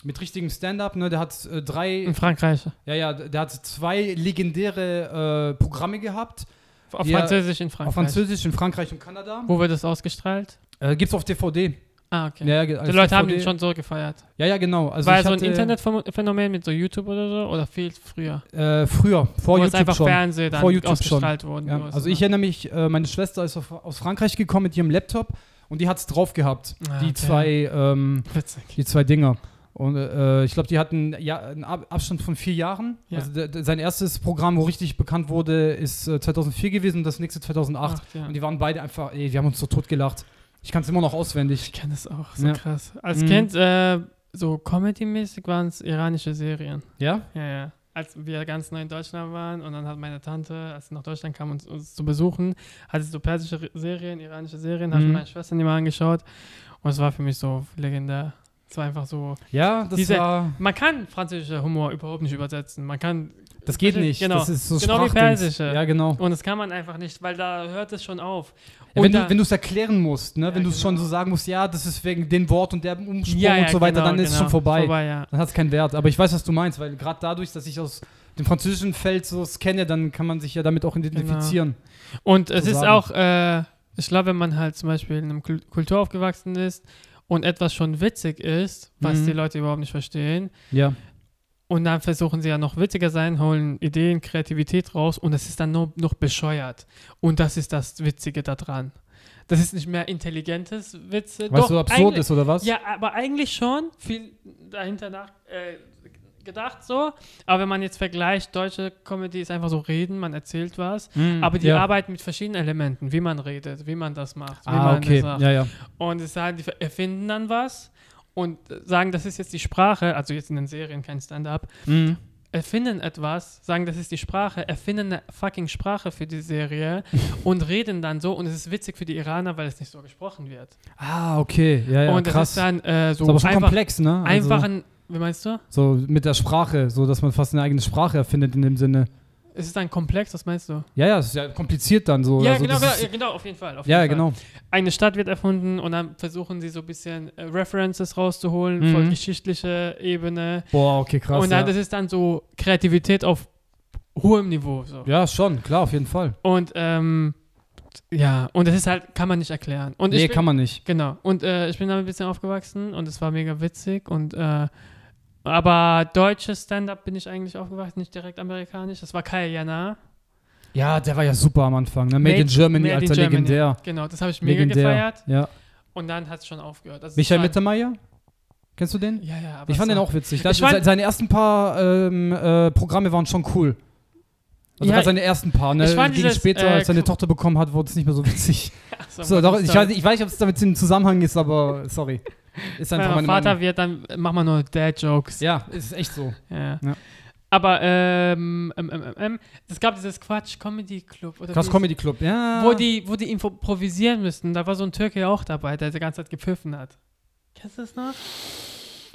[SPEAKER 2] mit richtigem Stand-up. Ne? Der hat äh, drei,
[SPEAKER 1] In Frankreich.
[SPEAKER 2] ja, ja, der hat zwei legendäre äh, Programme gehabt.
[SPEAKER 1] Auf
[SPEAKER 2] Ja,
[SPEAKER 1] Französisch in Frankreich.
[SPEAKER 2] Auf Französisch in Frankreich und Kanada.
[SPEAKER 1] Wo wird das ausgestrahlt?
[SPEAKER 2] Äh, gibt's auf DVD.
[SPEAKER 1] Ah, okay.
[SPEAKER 2] Ja, ja, ge- also als
[SPEAKER 1] Die Leute haben
[SPEAKER 2] DVD.
[SPEAKER 1] den schon so gefeiert.
[SPEAKER 2] Ja, ja, genau. Also
[SPEAKER 1] War
[SPEAKER 2] ich
[SPEAKER 1] ja so ein
[SPEAKER 2] hatte,
[SPEAKER 1] Internetphänomen mit so YouTube oder so oder viel früher?
[SPEAKER 2] Äh, früher, vor
[SPEAKER 1] wo es
[SPEAKER 2] YouTube
[SPEAKER 1] einfach
[SPEAKER 2] schon.
[SPEAKER 1] Fernsehen dann
[SPEAKER 2] Vor YouTube
[SPEAKER 1] ausgestrahlt wurden. ne?
[SPEAKER 2] Ja,
[SPEAKER 1] wo es
[SPEAKER 2] also
[SPEAKER 1] immer-
[SPEAKER 2] ich erinnere mich, äh, meine Schwester ist auf, aus Frankreich gekommen mit ihrem Laptop und die hat's drauf gehabt.
[SPEAKER 1] Ah,
[SPEAKER 2] die
[SPEAKER 1] okay.
[SPEAKER 2] zwei, ähm,
[SPEAKER 1] <laughs> Witzig.
[SPEAKER 2] die zwei Dinger. Und äh, ich glaube, die hatten ja, einen Ab Abstand von vier Jahren.
[SPEAKER 1] Ja.
[SPEAKER 2] Also der- der- sein erstes Programm, wo richtig bekannt wurde, ist äh, 2004 gewesen und das nächste 2008.
[SPEAKER 1] Ah, ja.
[SPEAKER 2] Und die waren beide einfach, ey, wir haben uns so tot gelacht. Ich kann es immer noch auswendig.
[SPEAKER 1] Ich kenne das auch, so
[SPEAKER 2] Ja.
[SPEAKER 1] krass. Als
[SPEAKER 2] Mhm.
[SPEAKER 1] Kind, äh, so Comedy-mäßig waren es iranische Serien.
[SPEAKER 2] Ja?
[SPEAKER 1] Ja, ja. als wir ganz neu in Deutschland waren und dann hat meine Tante, als sie nach Deutschland kam, uns, uns zu besuchen, hatte sie so persische Re- Serien, iranische Serien, habe ich
[SPEAKER 2] Mhm.
[SPEAKER 1] mit meiner Schwester immer angeschaut und es war für mich so legendär. Es war einfach so.
[SPEAKER 2] Ja, das
[SPEAKER 1] Diese-
[SPEAKER 2] war.
[SPEAKER 1] Man kann französischer Humor überhaupt nicht übersetzen. Man kann
[SPEAKER 2] Das geht
[SPEAKER 1] Bitte?
[SPEAKER 2] nicht.
[SPEAKER 1] Genau.
[SPEAKER 2] Das ist so
[SPEAKER 1] Genau wie
[SPEAKER 2] Sprachdings.
[SPEAKER 1] Persische.
[SPEAKER 2] Ja, genau.
[SPEAKER 1] und das kann man einfach nicht, weil da hört es schon auf.
[SPEAKER 2] Ja,
[SPEAKER 1] Und
[SPEAKER 2] wenn
[SPEAKER 1] da,
[SPEAKER 2] du es erklären musst, ne?
[SPEAKER 1] Ja,
[SPEAKER 2] wenn du es schon
[SPEAKER 1] genau.
[SPEAKER 2] so sagen musst, ja, das ist wegen dem Wort und der Umsprung
[SPEAKER 1] ja, ja,
[SPEAKER 2] und so weiter,
[SPEAKER 1] genau,
[SPEAKER 2] dann ist es
[SPEAKER 1] genau.
[SPEAKER 2] schon vorbei.
[SPEAKER 1] vorbei ja.
[SPEAKER 2] Dann hat es keinen Wert. Aber ich weiß, was du meinst, weil gerade dadurch, dass ich aus dem französischen Feld so es kenne, dann kann man sich ja damit auch identifizieren.
[SPEAKER 1] Genau. Und es
[SPEAKER 2] zu
[SPEAKER 1] ist
[SPEAKER 2] sagen.
[SPEAKER 1] auch, äh, ich glaube, wenn man halt zum Beispiel in einem Kul- Kultur aufgewachsen ist und etwas schon witzig ist, was
[SPEAKER 2] Mhm.
[SPEAKER 1] die Leute überhaupt nicht verstehen,
[SPEAKER 2] Ja.
[SPEAKER 1] und dann versuchen sie ja noch witziger sein, holen Ideen, Kreativität raus und es ist dann nur noch bescheuert. Und das ist das Witzige daran. Das ist nicht mehr intelligentes Witze.
[SPEAKER 2] Weil
[SPEAKER 1] Doch,
[SPEAKER 2] es so absurd
[SPEAKER 1] eigentlich-
[SPEAKER 2] ist, oder was?
[SPEAKER 1] Ja, aber eigentlich schon viel dahinter nach, äh, gedacht so. Aber wenn man jetzt vergleicht, deutsche Comedy ist einfach so reden, man erzählt was.
[SPEAKER 2] Mhm,
[SPEAKER 1] Aber die
[SPEAKER 2] ja.
[SPEAKER 1] arbeiten mit verschiedenen Elementen, wie man redet, wie man das macht, wie
[SPEAKER 2] Ah,
[SPEAKER 1] man
[SPEAKER 2] okay.
[SPEAKER 1] das macht.
[SPEAKER 2] Ja, ja.
[SPEAKER 1] Und es sagen, die erfinden dann was und sagen, das ist jetzt die Sprache, also jetzt in den Serien kein Stand-up,
[SPEAKER 2] Mhm.
[SPEAKER 1] erfinden etwas, sagen, das ist die Sprache, erfinden eine fucking Sprache für die
[SPEAKER 2] <laughs>
[SPEAKER 1] Serie und reden dann so und es ist witzig für die Iraner, weil es nicht so gesprochen wird.
[SPEAKER 2] Ah, okay. Ja, ja,
[SPEAKER 1] und das
[SPEAKER 2] krass.
[SPEAKER 1] ist dann äh, so
[SPEAKER 2] ist aber schon
[SPEAKER 1] einfach,
[SPEAKER 2] komplex, ne? Also,
[SPEAKER 1] einfach ein, wie meinst du?
[SPEAKER 2] so mit der Sprache, so dass man fast eine eigene Sprache erfindet in dem Sinne.
[SPEAKER 1] Es ist dann komplex, was meinst du?
[SPEAKER 2] Ja, ja, es ist ja kompliziert dann so.
[SPEAKER 1] ja,
[SPEAKER 2] also,
[SPEAKER 1] genau,
[SPEAKER 2] das
[SPEAKER 1] genau,
[SPEAKER 2] ist-
[SPEAKER 1] ja, genau, auf jeden Fall. Auf
[SPEAKER 2] ja,
[SPEAKER 1] jeden Fall.
[SPEAKER 2] genau.
[SPEAKER 1] eine Stadt wird erfunden und dann versuchen sie so ein bisschen äh, References rauszuholen,
[SPEAKER 2] Mhm.
[SPEAKER 1] voll geschichtliche Ebene.
[SPEAKER 2] Boah, okay, krass.
[SPEAKER 1] und dann,
[SPEAKER 2] ja.
[SPEAKER 1] das ist dann so Kreativität auf hohem Niveau. So.
[SPEAKER 2] ja, schon, klar, auf jeden Fall.
[SPEAKER 1] Und ähm, ja, und das ist halt, kann man nicht erklären. Und
[SPEAKER 2] nee,
[SPEAKER 1] ich bin,
[SPEAKER 2] kann man nicht.
[SPEAKER 1] Genau. Und äh, ich bin damit ein bisschen aufgewachsen und es war mega witzig und äh, aber deutsches Stand-up bin ich eigentlich aufgewachsen, nicht direkt amerikanisch. Das war Kaya Jana.
[SPEAKER 2] Ja, der war ja super am Anfang. Ne? Made, in Germany,
[SPEAKER 1] Made in
[SPEAKER 2] alter,
[SPEAKER 1] Germany.
[SPEAKER 2] legendär.
[SPEAKER 1] Genau, das habe ich mega
[SPEAKER 2] legendär.
[SPEAKER 1] gefeiert.
[SPEAKER 2] Ja.
[SPEAKER 1] Und dann hat es schon aufgehört. Also es
[SPEAKER 2] Michael
[SPEAKER 1] war-
[SPEAKER 2] Mittermeier? Kennst du den?
[SPEAKER 1] Ja, ja, aber
[SPEAKER 2] Ich
[SPEAKER 1] es
[SPEAKER 2] fand
[SPEAKER 1] <laughs>
[SPEAKER 2] den
[SPEAKER 1] war-
[SPEAKER 2] auch witzig. Das,
[SPEAKER 1] Ich fand-
[SPEAKER 2] se- seine ersten paar ähm, äh, Programme waren schon cool. Also
[SPEAKER 1] Ja,
[SPEAKER 2] gerade seine ersten paar, ne?
[SPEAKER 1] ich fand
[SPEAKER 2] Gegen
[SPEAKER 1] dieses,
[SPEAKER 2] später,
[SPEAKER 1] äh,
[SPEAKER 2] als seine
[SPEAKER 1] Qu-
[SPEAKER 2] Tochter bekommen hat, wurde es nicht mehr
[SPEAKER 1] <laughs>
[SPEAKER 2] so witzig.
[SPEAKER 1] Ach
[SPEAKER 2] so,
[SPEAKER 1] Mann,
[SPEAKER 2] doch, ich,
[SPEAKER 1] sorry.
[SPEAKER 2] weiß, ich weiß nicht, ob es damit im Zusammenhang ist, aber sorry.
[SPEAKER 1] <laughs>
[SPEAKER 2] Ist einfach
[SPEAKER 1] Wenn
[SPEAKER 2] meine
[SPEAKER 1] mein Vater
[SPEAKER 2] Meinung.
[SPEAKER 1] wird, dann machen wir nur Dad-Jokes.
[SPEAKER 2] Ja, ist echt so.
[SPEAKER 1] Ja.
[SPEAKER 2] Ja.
[SPEAKER 1] Aber ähm, ähm, ähm, ähm, ähm, es gab dieses Quatsch-Comedy-Club. oder
[SPEAKER 2] Krass
[SPEAKER 1] wie-
[SPEAKER 2] Comedy Club, ja.
[SPEAKER 1] Wo die, wo die improvisieren müssen. Da war so ein Türke auch dabei, der die ganze Zeit gepfiffen hat. Kennst du das noch?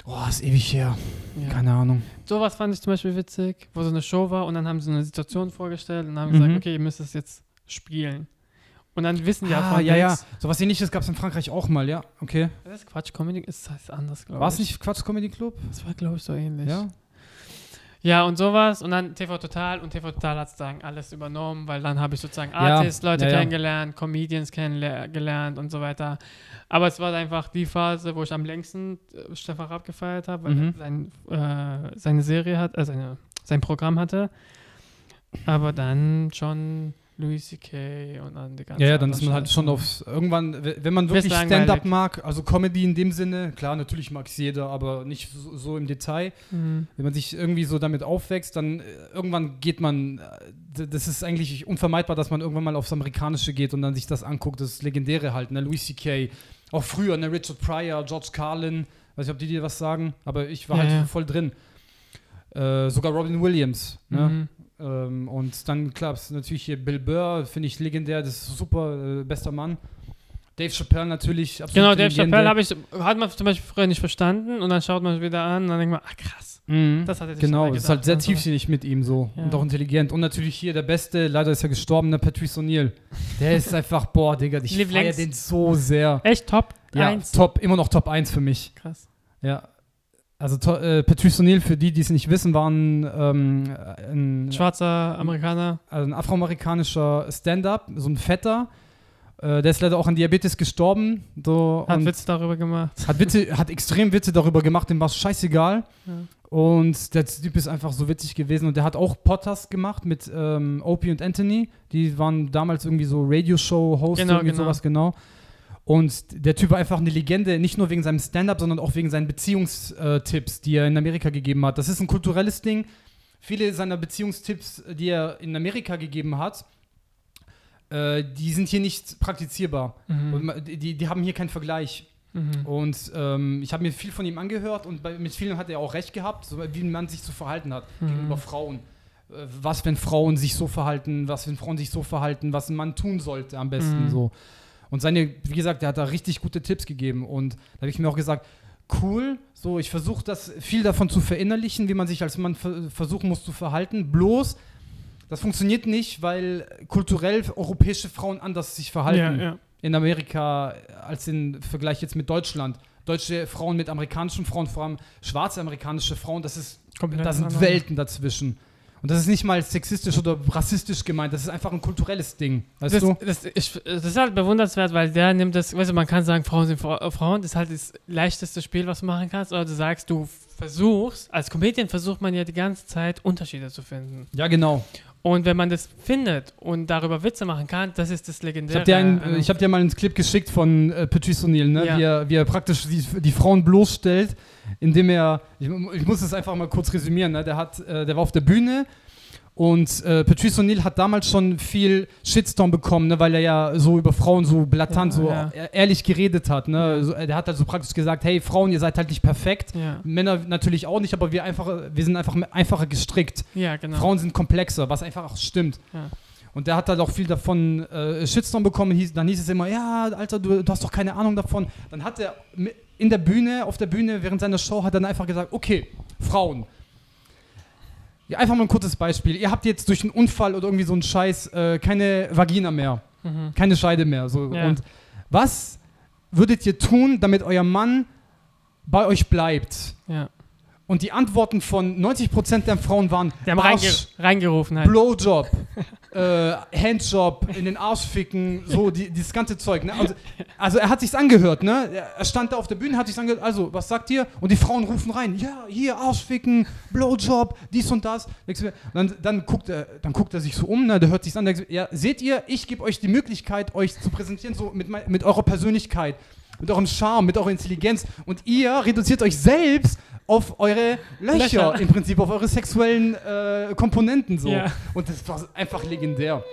[SPEAKER 2] Oh, ist ewig her.
[SPEAKER 1] Ja.
[SPEAKER 2] Keine Ahnung.
[SPEAKER 1] Sowas fand ich zum Beispiel witzig, wo so eine Show war und dann haben sie eine Situation vorgestellt und haben
[SPEAKER 2] Mhm.
[SPEAKER 1] gesagt, okay, ihr müsst es jetzt spielen. Und dann wissen die ja
[SPEAKER 2] ah,
[SPEAKER 1] von
[SPEAKER 2] ja, ja.
[SPEAKER 1] nichts.
[SPEAKER 2] So was ähnliches gab es in Frankreich auch mal, ja. Okay.
[SPEAKER 1] Das ist Quatsch-Comedy, das heißt anders, glaube ich.
[SPEAKER 2] War es nicht Quatsch Comedy Club?
[SPEAKER 1] Das war, glaube ich, so ähnlich.
[SPEAKER 2] Ja.
[SPEAKER 1] Ja, und sowas. Und dann TV Total. Und TV Total hat sozusagen alles übernommen, weil dann habe ich sozusagen
[SPEAKER 2] Ja,
[SPEAKER 1] Artists, Leute
[SPEAKER 2] ja, ja.
[SPEAKER 1] kennengelernt, Comedians kennengelernt und so weiter. Aber es war einfach die Phase, wo ich am längsten äh, Stefan Raab gefeiert habe, weil
[SPEAKER 2] Mhm.
[SPEAKER 1] er sein, äh, seine Serie hat, äh, seine, sein Programm hatte. Aber dann schon Louis C.K. und dann die ganze
[SPEAKER 2] Ja, ja, dann
[SPEAKER 1] andere
[SPEAKER 2] ist man halt
[SPEAKER 1] Scheiße.
[SPEAKER 2] schon aufs. Irgendwann, w- wenn man
[SPEAKER 1] Wirst
[SPEAKER 2] wirklich
[SPEAKER 1] langweilig.
[SPEAKER 2] Stand-up mag, also Comedy in dem Sinne, klar, natürlich mag es jeder, aber nicht so, so im Detail.
[SPEAKER 1] Mhm.
[SPEAKER 2] Wenn man sich irgendwie so damit aufwächst, dann äh, irgendwann geht man. äh, d- Das ist eigentlich unvermeidbar, dass man irgendwann mal aufs Amerikanische geht und dann sich das anguckt. Das Legendäre halt, ne? Louis C.K., auch früher, ne? Richard Pryor, George Carlin. Weiß nicht, ob die dir was sagen, aber ich war
[SPEAKER 1] Ja,
[SPEAKER 2] halt
[SPEAKER 1] ja.
[SPEAKER 2] voll drin. Äh, sogar Robin Williams, ne?
[SPEAKER 1] Mhm.
[SPEAKER 2] Ähm, und dann klar, es ist natürlich hier Bill Burr, finde ich legendär, das ist super, äh, bester Mann. Dave Chappelle natürlich, absolut.
[SPEAKER 1] Genau, Dave Chappelle habe ich, hat man zum Beispiel früher nicht verstanden und dann schaut man es wieder an und dann denkt man, ah krass,
[SPEAKER 2] Mhm.
[SPEAKER 1] das hat er sich
[SPEAKER 2] Genau,
[SPEAKER 1] dabei
[SPEAKER 2] das ist halt
[SPEAKER 1] gedacht
[SPEAKER 2] sehr
[SPEAKER 1] und so weiter.
[SPEAKER 2] tiefsinnig mit ihm so
[SPEAKER 1] Ja.
[SPEAKER 2] und auch intelligent. Und natürlich hier der Beste, leider ist er gestorben, der Patrice O'Neill. Der
[SPEAKER 1] <laughs>
[SPEAKER 2] ist einfach, boah, Digga, ich
[SPEAKER 1] Live
[SPEAKER 2] feier
[SPEAKER 1] längst.
[SPEAKER 2] den so sehr.
[SPEAKER 1] Echt top
[SPEAKER 2] Ja,
[SPEAKER 1] 1.
[SPEAKER 2] top, immer noch Top 1 für mich.
[SPEAKER 1] Krass.
[SPEAKER 2] Ja. Also to äh, Patrice O'Neill, für die, die es nicht wissen, war ein, ähm, ein
[SPEAKER 1] Schwarzer Amerikaner.
[SPEAKER 2] also ein afroamerikanischer Stand-up, so ein Vetter. Äh, der ist leider auch an Diabetes gestorben. So,
[SPEAKER 1] Hat
[SPEAKER 2] und
[SPEAKER 1] Witz darüber gemacht.
[SPEAKER 2] hat, Witze, hat extrem Witze darüber gemacht, dem war es scheißegal.
[SPEAKER 1] Ja.
[SPEAKER 2] Und der Typ ist einfach so witzig gewesen. Und der hat auch Podcasts gemacht mit ähm, Opie und Anthony. Die waren damals irgendwie so Radio-Show-Hosts
[SPEAKER 1] Genau,
[SPEAKER 2] und
[SPEAKER 1] genau.
[SPEAKER 2] sowas, genau. Und der Typ war einfach eine Legende, nicht nur wegen seinem Stand-up, sondern auch wegen seinen Beziehungstipps, die er in Amerika gegeben hat. Das ist ein kulturelles Ding. Viele seiner Beziehungstipps, die er in Amerika gegeben hat, Mhm. äh, die sind hier nicht praktizierbar. Und ma- Die, die haben hier keinen Vergleich.
[SPEAKER 1] Mhm.
[SPEAKER 2] Und ähm, ich habe mir viel von ihm angehört und bei, mit vielen hat er auch recht gehabt, so, wie man sich zu verhalten hat
[SPEAKER 1] Mhm.
[SPEAKER 2] gegenüber Frauen. Äh, Was, wenn Frauen sich so verhalten, was, wenn Frauen sich so verhalten, was ein Mann tun sollte am besten
[SPEAKER 1] Mhm.
[SPEAKER 2] so. Und seine, wie gesagt, der hat da richtig gute Tipps gegeben und da habe ich mir auch gesagt, cool, so ich versuche das viel davon zu verinnerlichen, wie man sich als Mann ver versuchen muss zu verhalten, bloß das funktioniert nicht, weil kulturell europäische Frauen anders sich verhalten
[SPEAKER 1] Ja, ja.
[SPEAKER 2] in Amerika als im Vergleich jetzt mit Deutschland. Deutsche Frauen mit amerikanischen Frauen, vor allem schwarze amerikanische Frauen, das ist,
[SPEAKER 1] Komplett
[SPEAKER 2] da sind
[SPEAKER 1] andere-
[SPEAKER 2] Welten dazwischen. Und das ist nicht mal sexistisch oder rassistisch gemeint, das ist einfach ein kulturelles Ding, weißt
[SPEAKER 1] Das,
[SPEAKER 2] du?
[SPEAKER 1] das, ich, das ist halt bewundernswert, weil der nimmt das, weißt du, man kann sagen, Frauen sind Fra- äh, Frauen, das ist halt das leichteste Spiel, was du machen kannst, aber du sagst, du versuchst, als Comedian versucht man ja die ganze Zeit Unterschiede zu finden.
[SPEAKER 2] Ja, genau.
[SPEAKER 1] Und wenn man das findet und darüber Witze machen kann, das ist das
[SPEAKER 2] Ich
[SPEAKER 1] legendäre.
[SPEAKER 2] habe dir, einen-
[SPEAKER 1] an-
[SPEAKER 2] äh, ich hab dir mal einen Clip geschickt von äh, Patrice O'Neill, ne?
[SPEAKER 1] Ja.
[SPEAKER 2] wie, er, wie er praktisch die, die Frauen bloßstellt, indem er, ich, ich muss es einfach mal kurz resümieren, ne? der, hat, äh, der war auf der Bühne und äh, Patrice O'Neill hat damals schon viel Shitstorm bekommen, ne? weil er ja so über Frauen so blatant,
[SPEAKER 1] Ja,
[SPEAKER 2] so
[SPEAKER 1] ja.
[SPEAKER 2] e- ehrlich geredet hat. Ne?
[SPEAKER 1] Ja.
[SPEAKER 2] So, äh, der hat also praktisch gesagt, hey Frauen, ihr seid halt nicht perfekt.
[SPEAKER 1] ja.
[SPEAKER 2] Männer natürlich auch nicht, aber wir, einfach, wir sind einfach einfacher gestrickt.
[SPEAKER 1] ja, genau.
[SPEAKER 2] Frauen sind komplexer, was einfach auch stimmt.
[SPEAKER 1] Ja.
[SPEAKER 2] Und der hat halt auch viel davon äh, Shitstorm bekommen. Hieß, dann hieß es immer, ja, Alter, du, du hast doch keine Ahnung davon. Dann hat er mi- in der Bühne, auf der Bühne, während seiner Show, hat er dann einfach gesagt, okay, Frauen. Ja, einfach mal ein kurzes Beispiel. Ihr habt jetzt durch einen Unfall oder irgendwie so einen Scheiß äh, keine Vagina mehr,
[SPEAKER 1] Mhm.
[SPEAKER 2] keine Scheide mehr. So.
[SPEAKER 1] Ja.
[SPEAKER 2] Und was würdet ihr tun, damit euer Mann bei euch bleibt?
[SPEAKER 1] Ja.
[SPEAKER 2] Und die Antworten von 90% der Frauen waren,
[SPEAKER 1] Die haben
[SPEAKER 2] Arsch.
[SPEAKER 1] reinge reingerufen halt.
[SPEAKER 2] Blowjob, äh, Handjob, in den Arsch ficken, so die, dieses ganze Zeug. Ne? Also, also er hat sich's angehört, ne? Er stand da auf der Bühne, hat sich's angehört. Also was sagt ihr? Und die Frauen rufen rein, ja hier Arsch ficken, Blowjob, dies und das. Nix mehr. Dann, dann guckt er, dann guckt er sich so um, ne? Der hört sich's an. Der, sagt, ja, seht ihr? Ich gebe euch die Möglichkeit, euch zu präsentieren, so mit, mein, mit eurer Persönlichkeit, mit eurem Charme, mit eurer Intelligenz. Und ihr reduziert euch selbst auf eure Löcher,
[SPEAKER 1] Löcher.
[SPEAKER 2] im Prinzip, auf eure sexuellen äh, Komponenten so.
[SPEAKER 1] Ja.
[SPEAKER 2] Und das war einfach legendär.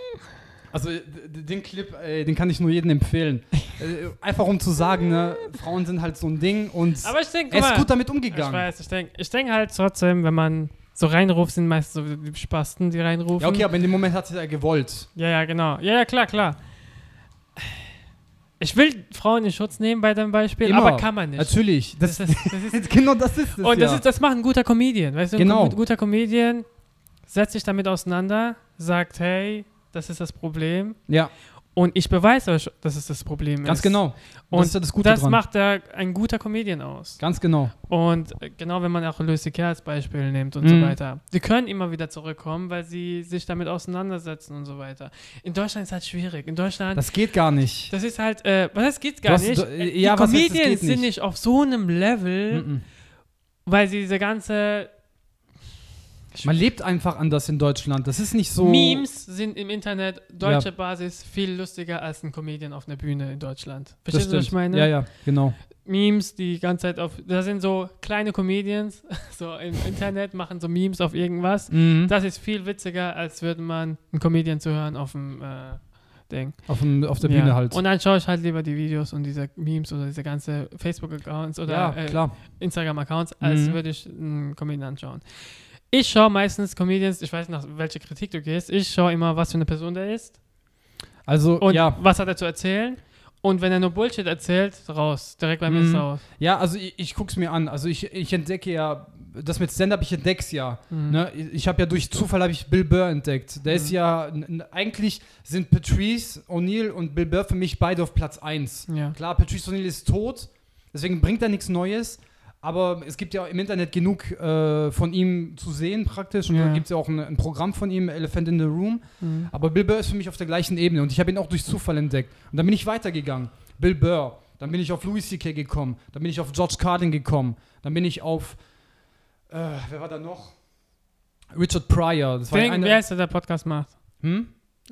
[SPEAKER 2] Also d- d- den Clip, ey, den kann ich nur jedem empfehlen. Äh, Einfach um zu sagen, ne, Frauen sind halt so ein Ding und
[SPEAKER 1] Aber ich denke,
[SPEAKER 2] er ist gut damit umgegangen.
[SPEAKER 1] Ich weiß, ich denke ich denk halt trotzdem, wenn man so reinruft, sind meist so die Spasten, die reinrufen.
[SPEAKER 2] Ja, okay, aber in dem Moment hat es ja gewollt.
[SPEAKER 1] Ja, ja, genau. Ja, ja, klar, klar. Ich will Frauen in Schutz nehmen bei deinem Beispiel,
[SPEAKER 2] Immer.
[SPEAKER 1] aber kann man nicht.
[SPEAKER 2] Natürlich. Das,
[SPEAKER 1] Das ist,
[SPEAKER 2] <laughs>
[SPEAKER 1] das ist,
[SPEAKER 2] genau das ist es.
[SPEAKER 1] und das,
[SPEAKER 2] ja.
[SPEAKER 1] ist, das macht ein guter Comedian, weißt du?
[SPEAKER 2] Genau.
[SPEAKER 1] Ein gu- guter Comedian setzt sich damit auseinander, sagt, hey, das ist das Problem.
[SPEAKER 2] ja,
[SPEAKER 1] Und ich beweise euch, dass es das Problem
[SPEAKER 2] ganz
[SPEAKER 1] ist.
[SPEAKER 2] genau. Und das
[SPEAKER 1] Und
[SPEAKER 2] ist ja das Gute
[SPEAKER 1] Das
[SPEAKER 2] dran.
[SPEAKER 1] macht da ein guter Comedian aus.
[SPEAKER 2] ganz genau.
[SPEAKER 1] Und äh, genau, wenn man auch Louis C.K. als Beispiel nimmt und
[SPEAKER 2] Mhm.
[SPEAKER 1] so weiter. Die können immer wieder zurückkommen, weil sie sich damit auseinandersetzen und so weiter. In Deutschland ist halt schwierig. In Deutschland, das,
[SPEAKER 2] Das geht gar nicht.
[SPEAKER 1] ist halt, äh, was heißt, geht gar
[SPEAKER 2] hast-
[SPEAKER 1] nicht.
[SPEAKER 2] du- äh,
[SPEAKER 1] Die
[SPEAKER 2] ja, was heißt, das
[SPEAKER 1] Comedians
[SPEAKER 2] geht
[SPEAKER 1] sind
[SPEAKER 2] nicht?
[SPEAKER 1] nicht auf so einem Level,
[SPEAKER 2] Mhm.
[SPEAKER 1] weil sie diese ganze
[SPEAKER 2] Man lebt einfach anders in Deutschland. Das ist nicht so.
[SPEAKER 1] Memes sind im Internet deutsche Basis viel lustiger als ein Comedian auf einer Bühne in Deutschland.
[SPEAKER 2] Das
[SPEAKER 1] Verstehst du, was ich
[SPEAKER 2] stimmt.
[SPEAKER 1] meine?
[SPEAKER 2] Ja, ja, genau.
[SPEAKER 1] Memes, die die ganze Zeit auf, da sind so kleine Comedians, <laughs> so im Internet machen so Memes auf irgendwas.
[SPEAKER 2] Mhm.
[SPEAKER 1] Das ist viel witziger, als würde man einen Comedian zu hören auf dem äh, Ding.
[SPEAKER 2] Auf, dem, auf der Bühne
[SPEAKER 1] ja.
[SPEAKER 2] halt.
[SPEAKER 1] Und dann schaue ich halt lieber die Videos und diese Memes oder diese ganze Facebook-Accounts oder
[SPEAKER 2] ja,
[SPEAKER 1] äh,
[SPEAKER 2] klar.
[SPEAKER 1] Instagram-Accounts, als
[SPEAKER 2] Mhm.
[SPEAKER 1] würde ich einen Comedian anschauen. Ich schaue meistens Comedians, ich weiß nach welche Kritik du gehst, ich schaue immer, was für eine Person der ist
[SPEAKER 2] Also,
[SPEAKER 1] und
[SPEAKER 2] ja.
[SPEAKER 1] was hat er zu erzählen. Und wenn er nur Bullshit erzählt, raus. Direkt bei mir
[SPEAKER 2] Mhm.
[SPEAKER 1] ist raus.
[SPEAKER 2] Ja, also ich, ich guck's mir an. Also ich, ich entdecke ja, das mit Stand-up, ich entdeck's ja.
[SPEAKER 1] Mhm.
[SPEAKER 2] Ne? Ich habe ja durch Zufall habe ich Bill Burr entdeckt. Der ist
[SPEAKER 1] Mhm.
[SPEAKER 2] ja, n- n- eigentlich sind Patrice O'Neill und Bill Burr für mich beide auf Platz 1.
[SPEAKER 1] Mhm. Ja.
[SPEAKER 2] Klar, Patrice O'Neill ist tot, deswegen bringt er nichts Neues. Aber es gibt ja im Internet genug äh, von ihm zu sehen praktisch. Und
[SPEAKER 1] Ja.
[SPEAKER 2] dann gibt's ja auch ein, ein Programm von ihm, Elephant in the Room.
[SPEAKER 1] Mhm.
[SPEAKER 2] Aber Bill Burr ist für mich auf der gleichen Ebene und ich habe ihn auch durch Zufall entdeckt. Und dann bin ich weitergegangen. Bill Burr, dann bin ich auf Louis C.K. gekommen, dann bin ich auf George Carlin gekommen, dann bin ich auf, äh, wer war da noch? Richard Pryor, das war ja
[SPEAKER 1] Deswegen, wer
[SPEAKER 2] eine,
[SPEAKER 1] ist der, der Podcast macht?
[SPEAKER 2] hm?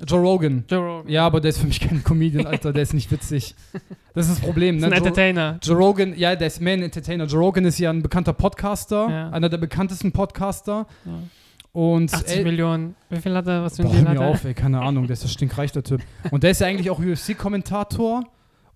[SPEAKER 2] Joe Rogan.
[SPEAKER 1] Joe Rogan.
[SPEAKER 2] Ja, aber der ist für mich kein Comedian, Alter, der ist
[SPEAKER 1] <laughs>
[SPEAKER 2] nicht witzig. Das ist das Problem,
[SPEAKER 1] Ist
[SPEAKER 2] ne?
[SPEAKER 1] ein
[SPEAKER 2] Joe,
[SPEAKER 1] Entertainer.
[SPEAKER 2] Joe Rogan, ja, der ist Man Entertainer. Joe Rogan ist ja ein bekannter Podcaster,
[SPEAKER 1] Ja.
[SPEAKER 2] einer der bekanntesten Podcaster.
[SPEAKER 1] Ja.
[SPEAKER 2] Und
[SPEAKER 1] 80
[SPEAKER 2] äh,
[SPEAKER 1] Millionen. Wie viel hat er? Was für ein
[SPEAKER 2] Boah, hör
[SPEAKER 1] Deal hat
[SPEAKER 2] mir
[SPEAKER 1] er?
[SPEAKER 2] auf, ey, keine Ahnung, der ist ja stinkreich, der Typ. Und der ist ja eigentlich auch UFC-Kommentator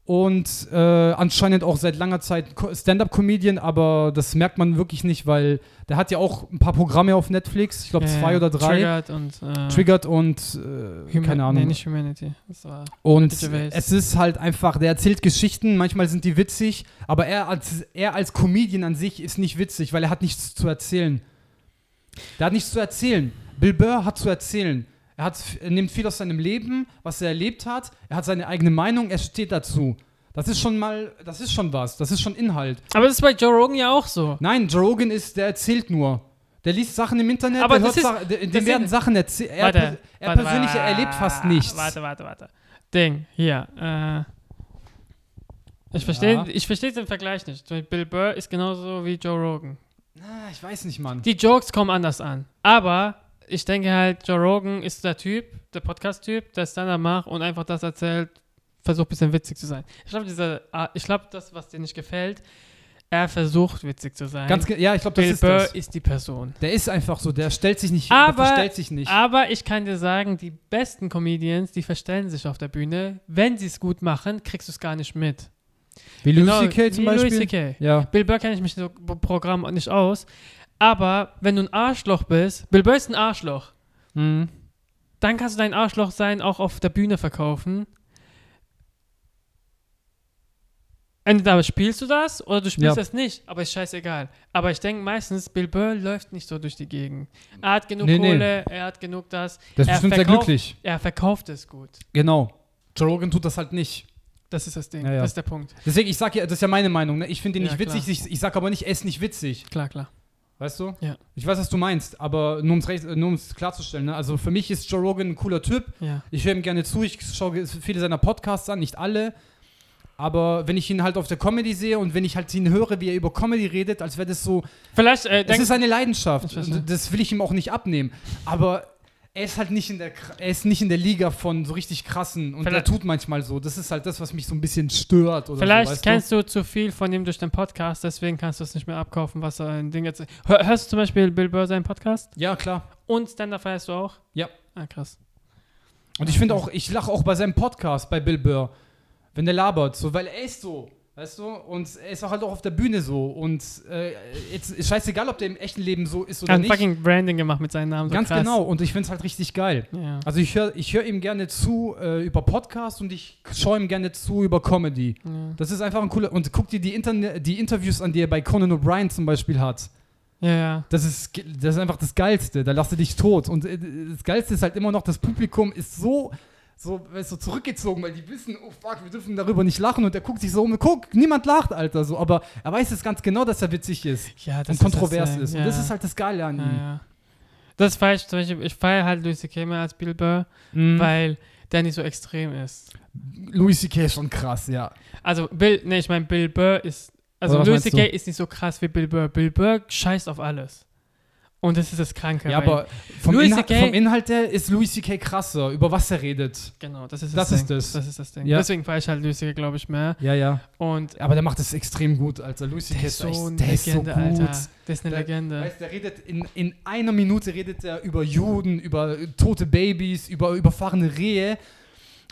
[SPEAKER 2] und äh, anscheinend auch seit langer Zeit Co- Stand-up-Comedian, aber das merkt man wirklich nicht, weil der hat ja auch ein paar Programme auf Netflix, ich glaube
[SPEAKER 1] Ja,
[SPEAKER 2] zwei
[SPEAKER 1] ja.
[SPEAKER 2] oder drei.
[SPEAKER 1] Äh, Triggered und. Äh,
[SPEAKER 2] Triggered und äh,
[SPEAKER 1] Huma-
[SPEAKER 2] keine Ahnung.
[SPEAKER 1] Nee, nicht Humanity. Das war.
[SPEAKER 2] Und
[SPEAKER 1] Ricky Gervais.
[SPEAKER 2] es ist halt einfach, der erzählt Geschichten, manchmal sind die witzig, aber er als, er als Comedian an sich ist nicht witzig, weil er hat nichts zu erzählen. Der hat nichts zu erzählen. Bill Burr hat zu erzählen. Er, hat, er nimmt viel aus seinem Leben, was er erlebt hat. Er hat seine eigene Meinung, er steht dazu. Das ist schon mal, das ist schon was, das ist schon Inhalt.
[SPEAKER 1] Aber das ist bei Joe Rogan ja auch so.
[SPEAKER 2] Nein, Joe Rogan ist, der erzählt nur. Der liest Sachen im Internet,
[SPEAKER 1] Aber
[SPEAKER 2] der
[SPEAKER 1] das
[SPEAKER 2] hört Sachen, dem
[SPEAKER 1] das
[SPEAKER 2] werden
[SPEAKER 1] sind-
[SPEAKER 2] Sachen erzählt. Er,
[SPEAKER 1] warte,
[SPEAKER 2] pers- er
[SPEAKER 1] warte,
[SPEAKER 2] persönlich
[SPEAKER 1] warte,
[SPEAKER 2] erlebt fast nichts.
[SPEAKER 1] Warte, warte, warte. Ding, hier. Äh, ich verstehe
[SPEAKER 2] Ja.
[SPEAKER 1] ich verstehe den Vergleich nicht. Zum Beispiel Bill Burr ist genauso wie Joe Rogan.
[SPEAKER 2] Ah, ich weiß nicht, Mann.
[SPEAKER 1] Die Jokes kommen anders an. Aber ich denke halt, Joe Rogan ist der Typ, der Podcast-Typ, der Stand-up macht und einfach das erzählt, versucht ein bisschen witzig zu sein. Ich glaube, dieser, ah, ich glaube, das, was dir nicht gefällt, er versucht witzig zu sein.
[SPEAKER 2] Ganz, ge- ja, ich glaube, das
[SPEAKER 1] Bill
[SPEAKER 2] ist
[SPEAKER 1] Burr
[SPEAKER 2] das.
[SPEAKER 1] ist die Person.
[SPEAKER 2] Der ist einfach so, der stellt sich nicht,
[SPEAKER 1] Aber- Ah,
[SPEAKER 2] der verstellt sich nicht.
[SPEAKER 1] Aber ich kann dir sagen, die besten Comedians, die verstellen sich auf der Bühne. Wenn sie es gut machen, kriegst du es gar nicht mit.
[SPEAKER 2] Wie
[SPEAKER 1] Genau,
[SPEAKER 2] Louis C.K.
[SPEAKER 1] wie
[SPEAKER 2] zum Beispiel.
[SPEAKER 1] Louis C.K.
[SPEAKER 2] Ja.
[SPEAKER 1] Bill Burr kenne ich mich so P- Programm nicht aus. Aber wenn du ein Arschloch bist, Bill Burr ist ein Arschloch, Hm. dann kannst du dein Arschloch sein auch auf der Bühne verkaufen. Entweder spielst du das oder du spielst
[SPEAKER 2] Ja.
[SPEAKER 1] das nicht, aber ist scheißegal. Aber ich denke meistens, Bill Burr läuft nicht so durch die Gegend. Er hat genug
[SPEAKER 2] Hm. Nee, nee.
[SPEAKER 1] Kohle, er hat genug das,
[SPEAKER 2] Der ist
[SPEAKER 1] Er
[SPEAKER 2] bestimmt sehr
[SPEAKER 1] verkauft-
[SPEAKER 2] glücklich.
[SPEAKER 1] er verkauft es gut.
[SPEAKER 2] Genau. Joe Rogan tut das halt nicht.
[SPEAKER 1] Das ist das Ding.
[SPEAKER 2] Ja, ja.
[SPEAKER 1] Das ist der Punkt.
[SPEAKER 2] Deswegen, ich sag ja, das ist ja meine Meinung. Ne? Ich finde ihn
[SPEAKER 1] Ja,
[SPEAKER 2] nicht witzig, ich, ich sag aber nicht, er ist nicht witzig.
[SPEAKER 1] Klar, klar.
[SPEAKER 2] Weißt du?
[SPEAKER 1] Ja.
[SPEAKER 2] Ich weiß, was du meinst, aber nur um's recht, äh, nur um's klarzustellen. Ne? Also für mich ist Joe Rogan ein cooler Typ.
[SPEAKER 1] Ja.
[SPEAKER 2] Ich höre ihm gerne zu, ich schaue viele seiner Podcasts an, nicht alle. Aber wenn ich ihn halt auf der Comedy sehe und wenn ich halt ihn höre, wie er über Comedy redet, als wäre das so,
[SPEAKER 1] Vielleicht äh,
[SPEAKER 2] Es
[SPEAKER 1] denk,
[SPEAKER 2] ist eine Leidenschaft.
[SPEAKER 1] Ich weiß nicht.
[SPEAKER 2] Das will ich ihm auch nicht abnehmen. Aber er ist halt nicht in der, Kr- er ist nicht in der Liga von so richtig krassen und er
[SPEAKER 1] Vielleicht-
[SPEAKER 2] tut manchmal so. Das ist halt das, was mich so ein bisschen stört. Oder
[SPEAKER 1] vielleicht
[SPEAKER 2] so, also, weißt
[SPEAKER 1] kennst du? zu viel von ihm durch den Podcast, deswegen kannst du es nicht mehr abkaufen, was er in Ding jetzt. Hör, hörst du zum Beispiel Bill Burr seinen Podcast?
[SPEAKER 2] du? Ja, klar.
[SPEAKER 1] Und Stand-Up feierst du auch?
[SPEAKER 2] Ja.
[SPEAKER 1] Ah, krass.
[SPEAKER 2] Und ich finde auch, ich lache auch bei seinem Podcast bei Bill Burr, wenn der labert, so, weil er ist so. Weißt du? Und er ist auch halt auch auf der Bühne so. Und äh, jetzt ist scheißegal, ob der im echten Leben so ist oder
[SPEAKER 1] Hat
[SPEAKER 2] nicht.
[SPEAKER 1] fucking Branding gemacht mit seinem Namen. So
[SPEAKER 2] Ganz
[SPEAKER 1] krass.
[SPEAKER 2] genau. Und ich finde es halt richtig geil.
[SPEAKER 1] Ja.
[SPEAKER 2] Also ich höre ich hör ihm gerne zu äh, über Podcasts und ich schaue ihm gerne zu über Comedy.
[SPEAKER 1] Ja.
[SPEAKER 2] Das ist einfach ein cooler. Und guck dir die, Interne die Interviews an, die er bei Conan O'Brien zum Beispiel hat.
[SPEAKER 1] ja, ja.
[SPEAKER 2] Das ist, ge- das ist einfach das Geilste. Da lass du dich tot. Und äh, das Geilste ist halt immer noch, das Publikum ist so, so, weißt du, zurückgezogen, weil die wissen, oh fuck, wir dürfen darüber nicht lachen. Und er guckt sich so um, guck, niemand lacht, Alter. So, aber er weiß es ganz genau, dass er witzig ist halt
[SPEAKER 1] ja das
[SPEAKER 2] und kontrovers
[SPEAKER 1] Ding.
[SPEAKER 2] ist.
[SPEAKER 1] Ja.
[SPEAKER 2] Und das ist halt das Geile an
[SPEAKER 1] Ja,
[SPEAKER 2] ihm.
[SPEAKER 1] ja. Das feier ich zum Beispiel. Ich feiere halt Louis C.K. mehr als Bill Burr,
[SPEAKER 2] Mhm.
[SPEAKER 1] weil der nicht so extrem ist.
[SPEAKER 2] Louis C.K. ist schon krass, ja.
[SPEAKER 1] Also Bill, ne, ich meine Bill Burr ist, also
[SPEAKER 2] Oder was
[SPEAKER 1] Louis
[SPEAKER 2] meinst
[SPEAKER 1] C.K. ist nicht so krass wie Bill Burr. Bill Burr scheißt auf alles. Und das ist das Kranke.
[SPEAKER 2] Ja,
[SPEAKER 1] weil-
[SPEAKER 2] aber vom,
[SPEAKER 1] Louis
[SPEAKER 2] Inha
[SPEAKER 1] CK
[SPEAKER 2] vom Inhalt her ist Louis C.K. krasser, über was er redet.
[SPEAKER 1] Genau, das ist das,
[SPEAKER 2] Das
[SPEAKER 1] Ding.
[SPEAKER 2] ist das.
[SPEAKER 1] Das ist das Ding.
[SPEAKER 2] Ja.
[SPEAKER 1] Deswegen fahre ich halt Louis C.K., glaube ich, mehr.
[SPEAKER 2] Ja, ja.
[SPEAKER 1] Und
[SPEAKER 2] Aber der macht es extrem gut, Alter. Louis
[SPEAKER 1] der
[SPEAKER 2] C.K.
[SPEAKER 1] ist
[SPEAKER 2] ist,
[SPEAKER 1] so
[SPEAKER 2] echt,
[SPEAKER 1] eine
[SPEAKER 2] der ist so
[SPEAKER 1] Legende,
[SPEAKER 2] gut.
[SPEAKER 1] Alter. Der ist eine
[SPEAKER 2] Der-
[SPEAKER 1] Legende.
[SPEAKER 2] Weißt, der redet in, in einer Minute redet er über Juden, über äh, tote Babys, über überfahrene Rehe,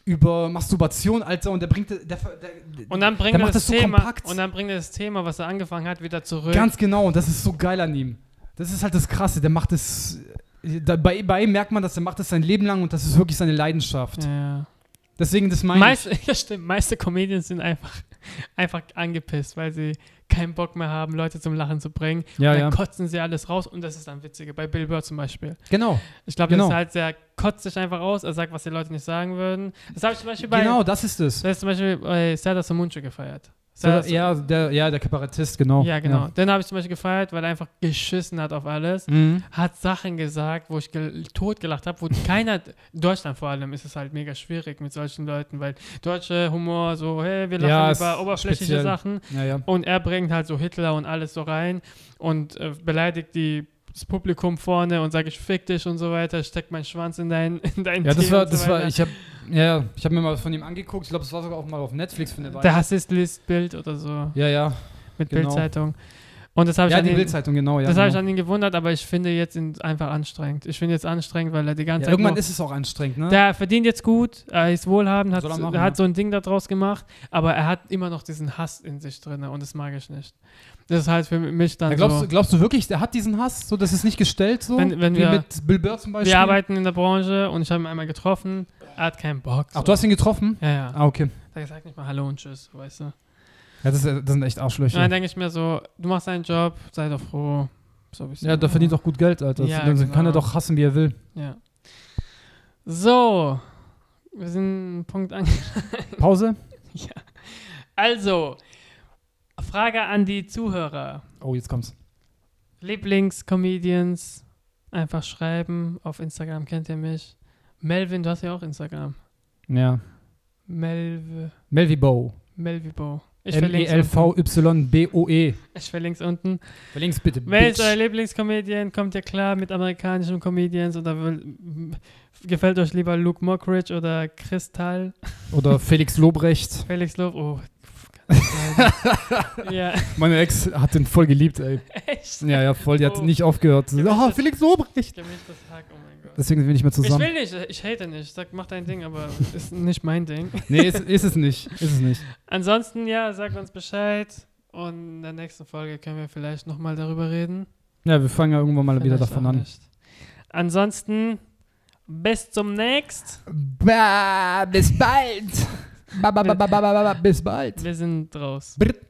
[SPEAKER 2] über Masturbation, Alter. Und der bringt, der, der, der
[SPEAKER 1] Und dann bringt
[SPEAKER 2] der
[SPEAKER 1] er
[SPEAKER 2] macht
[SPEAKER 1] das,
[SPEAKER 2] das so
[SPEAKER 1] Thema,
[SPEAKER 2] kompakt.
[SPEAKER 1] und dann bringt er das Thema, was er angefangen hat, wieder zurück.
[SPEAKER 2] ganz genau. Und das ist so geil an ihm. Das ist halt das Krasse. Der macht es. äh, Da, bei, bei ihm merkt man, dass er macht es sein Leben lang und das ist wirklich seine Leidenschaft.
[SPEAKER 1] ja.
[SPEAKER 2] Deswegen das meine ich.
[SPEAKER 1] Meist, ja, stimmt. Meiste <laughs> Comedians sind einfach, <laughs> einfach angepisst, weil sie keinen Bock mehr haben, Leute zum Lachen zu bringen.
[SPEAKER 2] Ja,
[SPEAKER 1] dann
[SPEAKER 2] ja.
[SPEAKER 1] kotzen sie alles raus und das ist dann witziger. Bei Bill Burr zum Beispiel.
[SPEAKER 2] Genau.
[SPEAKER 1] Ich glaube,
[SPEAKER 2] Genau.
[SPEAKER 1] das ist halt sehr kotzt sich einfach aus. Er sagt, was die Leute nicht sagen würden. Das habe ich zum Beispiel bei,
[SPEAKER 2] Genau, das ist es.
[SPEAKER 1] das ist zum Beispiel bei Serdas Munche gefeiert.
[SPEAKER 2] So,
[SPEAKER 1] Serdar
[SPEAKER 2] ja, der, ja, der Kabarettist, genau.
[SPEAKER 1] ja, genau. Den habe ich zum Beispiel gefeiert, weil er einfach geschissen hat auf alles.
[SPEAKER 2] Ja. Mhm.
[SPEAKER 1] Hat Sachen gesagt, wo ich gel- totgelacht habe, wo keiner, in Deutschland vor allem, ist es halt mega schwierig mit solchen Leuten, weil deutscher Humor, so, hey, wir lachen
[SPEAKER 2] Ja, ist
[SPEAKER 1] über oberflächliche
[SPEAKER 2] speziell.
[SPEAKER 1] Sachen.
[SPEAKER 2] ja, ja.
[SPEAKER 1] Und er bringt halt so Hitler und alles so rein und äh, beleidigt die, das Publikum vorne und sage ich fick dich und so weiter, steck meinen Schwanz in deinen in dein <laughs>
[SPEAKER 2] Ja, das
[SPEAKER 1] Tee
[SPEAKER 2] war,
[SPEAKER 1] und
[SPEAKER 2] das
[SPEAKER 1] so
[SPEAKER 2] war,
[SPEAKER 1] weiter.
[SPEAKER 2] ich habe, ja, ich habe mir mal von ihm angeguckt. Ich glaube, das war sogar auch mal auf Netflix von der
[SPEAKER 1] Der Hassist liest Bild oder so
[SPEAKER 2] Ja, ja.
[SPEAKER 1] mit
[SPEAKER 2] genau.
[SPEAKER 1] Bildzeitung. Und das habe ich,
[SPEAKER 2] ja,
[SPEAKER 1] an
[SPEAKER 2] die
[SPEAKER 1] ihn-
[SPEAKER 2] Bildzeitung, genau. Ja,
[SPEAKER 1] das habe
[SPEAKER 2] genau.
[SPEAKER 1] ich an ihn gewundert, aber ich finde jetzt ihn einfach anstrengend. Ich finde jetzt anstrengend, weil er die ganze
[SPEAKER 2] ja,
[SPEAKER 1] Zeit.
[SPEAKER 2] irgendwann
[SPEAKER 1] nur-
[SPEAKER 2] ist es auch anstrengend, ne?
[SPEAKER 1] der verdient jetzt gut, er ist wohlhabend, hat,
[SPEAKER 2] Soll er
[SPEAKER 1] er
[SPEAKER 2] machen, ja.
[SPEAKER 1] hat so ein Ding daraus gemacht, aber er hat immer noch diesen Hass in sich drin und das mag ich nicht. Das ist halt für mich dann
[SPEAKER 2] Ja, glaubst,
[SPEAKER 1] so.
[SPEAKER 2] du, glaubst du wirklich, der hat diesen Hass? So, das ist nicht gestellt so?
[SPEAKER 1] Wenn- wenn
[SPEAKER 2] wie
[SPEAKER 1] wir-
[SPEAKER 2] mit Bill Burr zum Beispiel?
[SPEAKER 1] Wir arbeiten in der Branche und ich habe ihn einmal getroffen, er hat keinen Bock. So.
[SPEAKER 2] Ach, du hast ihn getroffen?
[SPEAKER 1] ja, ja.
[SPEAKER 2] Ah, okay.
[SPEAKER 1] Er sagt nicht mal Hallo und Tschüss, weißt du.
[SPEAKER 2] Ja, das, das sind
[SPEAKER 1] Und
[SPEAKER 2] echt
[SPEAKER 1] dann
[SPEAKER 2] Arschlöcher.
[SPEAKER 1] denke ich mir so, du machst deinen Job, sei doch froh. So wie
[SPEAKER 2] Ja, der verdient doch gut Geld, Alter.
[SPEAKER 1] Ja,
[SPEAKER 2] dann kann
[SPEAKER 1] genau.
[SPEAKER 2] er doch hassen, wie er will.
[SPEAKER 1] Ja. So, wir sind einen Punkt angekommen.
[SPEAKER 2] Pause?
[SPEAKER 1] <laughs> Also, Frage an die Zuhörer.
[SPEAKER 2] Oh, jetzt kommt's.
[SPEAKER 1] Lieblingscomedians einfach schreiben. Auf Instagram kennt ihr mich. Melvin, du hast ja auch Instagram.
[SPEAKER 2] Ja.
[SPEAKER 1] Melv,
[SPEAKER 2] Melvie Bow.
[SPEAKER 1] Melvibo. Ich verlinke
[SPEAKER 2] E
[SPEAKER 1] es unten.
[SPEAKER 2] M-E-L-V-Y-B-O-E.
[SPEAKER 1] Ich verlinke es unten.
[SPEAKER 2] E. Verlink's bitte,
[SPEAKER 1] Wer
[SPEAKER 2] Bitch.
[SPEAKER 1] ist euer Lieblingscomedian? Kommt ihr klar mit amerikanischen Comedians oder will, gefällt euch lieber Luke Mockridge oder Kristall?
[SPEAKER 2] Oder Felix Lobrecht.
[SPEAKER 1] Felix Lob? Oh, pf, kann ich
[SPEAKER 2] <laughs>
[SPEAKER 1] leiden. ja, <laughs>
[SPEAKER 2] Meine Ex hat den voll geliebt, ey.
[SPEAKER 1] echt.
[SPEAKER 2] Ja, ja, voll. Die hat
[SPEAKER 1] Oh.
[SPEAKER 2] nicht aufgehört.
[SPEAKER 1] Ja,
[SPEAKER 2] Ah,
[SPEAKER 1] das-
[SPEAKER 2] Felix Lobrecht.
[SPEAKER 1] Gemischtes Hack, oh mein Gott.
[SPEAKER 2] Deswegen sind wir nicht mehr
[SPEAKER 1] Ich
[SPEAKER 2] zusammen.
[SPEAKER 1] will nicht, ich hate nicht. Ich sag, mach dein Ding, aber ist nicht mein Ding.
[SPEAKER 2] Nee, ist, ist es nicht. Ist es nicht.
[SPEAKER 1] Ansonsten, ja, sagt uns Bescheid. Und in der nächsten Folge können wir vielleicht nochmal darüber reden.
[SPEAKER 2] Ja, wir fangen ja irgendwann mal wieder
[SPEAKER 1] Vielleicht
[SPEAKER 2] davon
[SPEAKER 1] auch
[SPEAKER 2] an.
[SPEAKER 1] nicht. Ansonsten, bis zum nächsten.
[SPEAKER 2] Bah, bis bald. Ba, ba, ba, ba, ba, ba, ba, bis bald.
[SPEAKER 1] Wir sind raus.
[SPEAKER 2] Brr.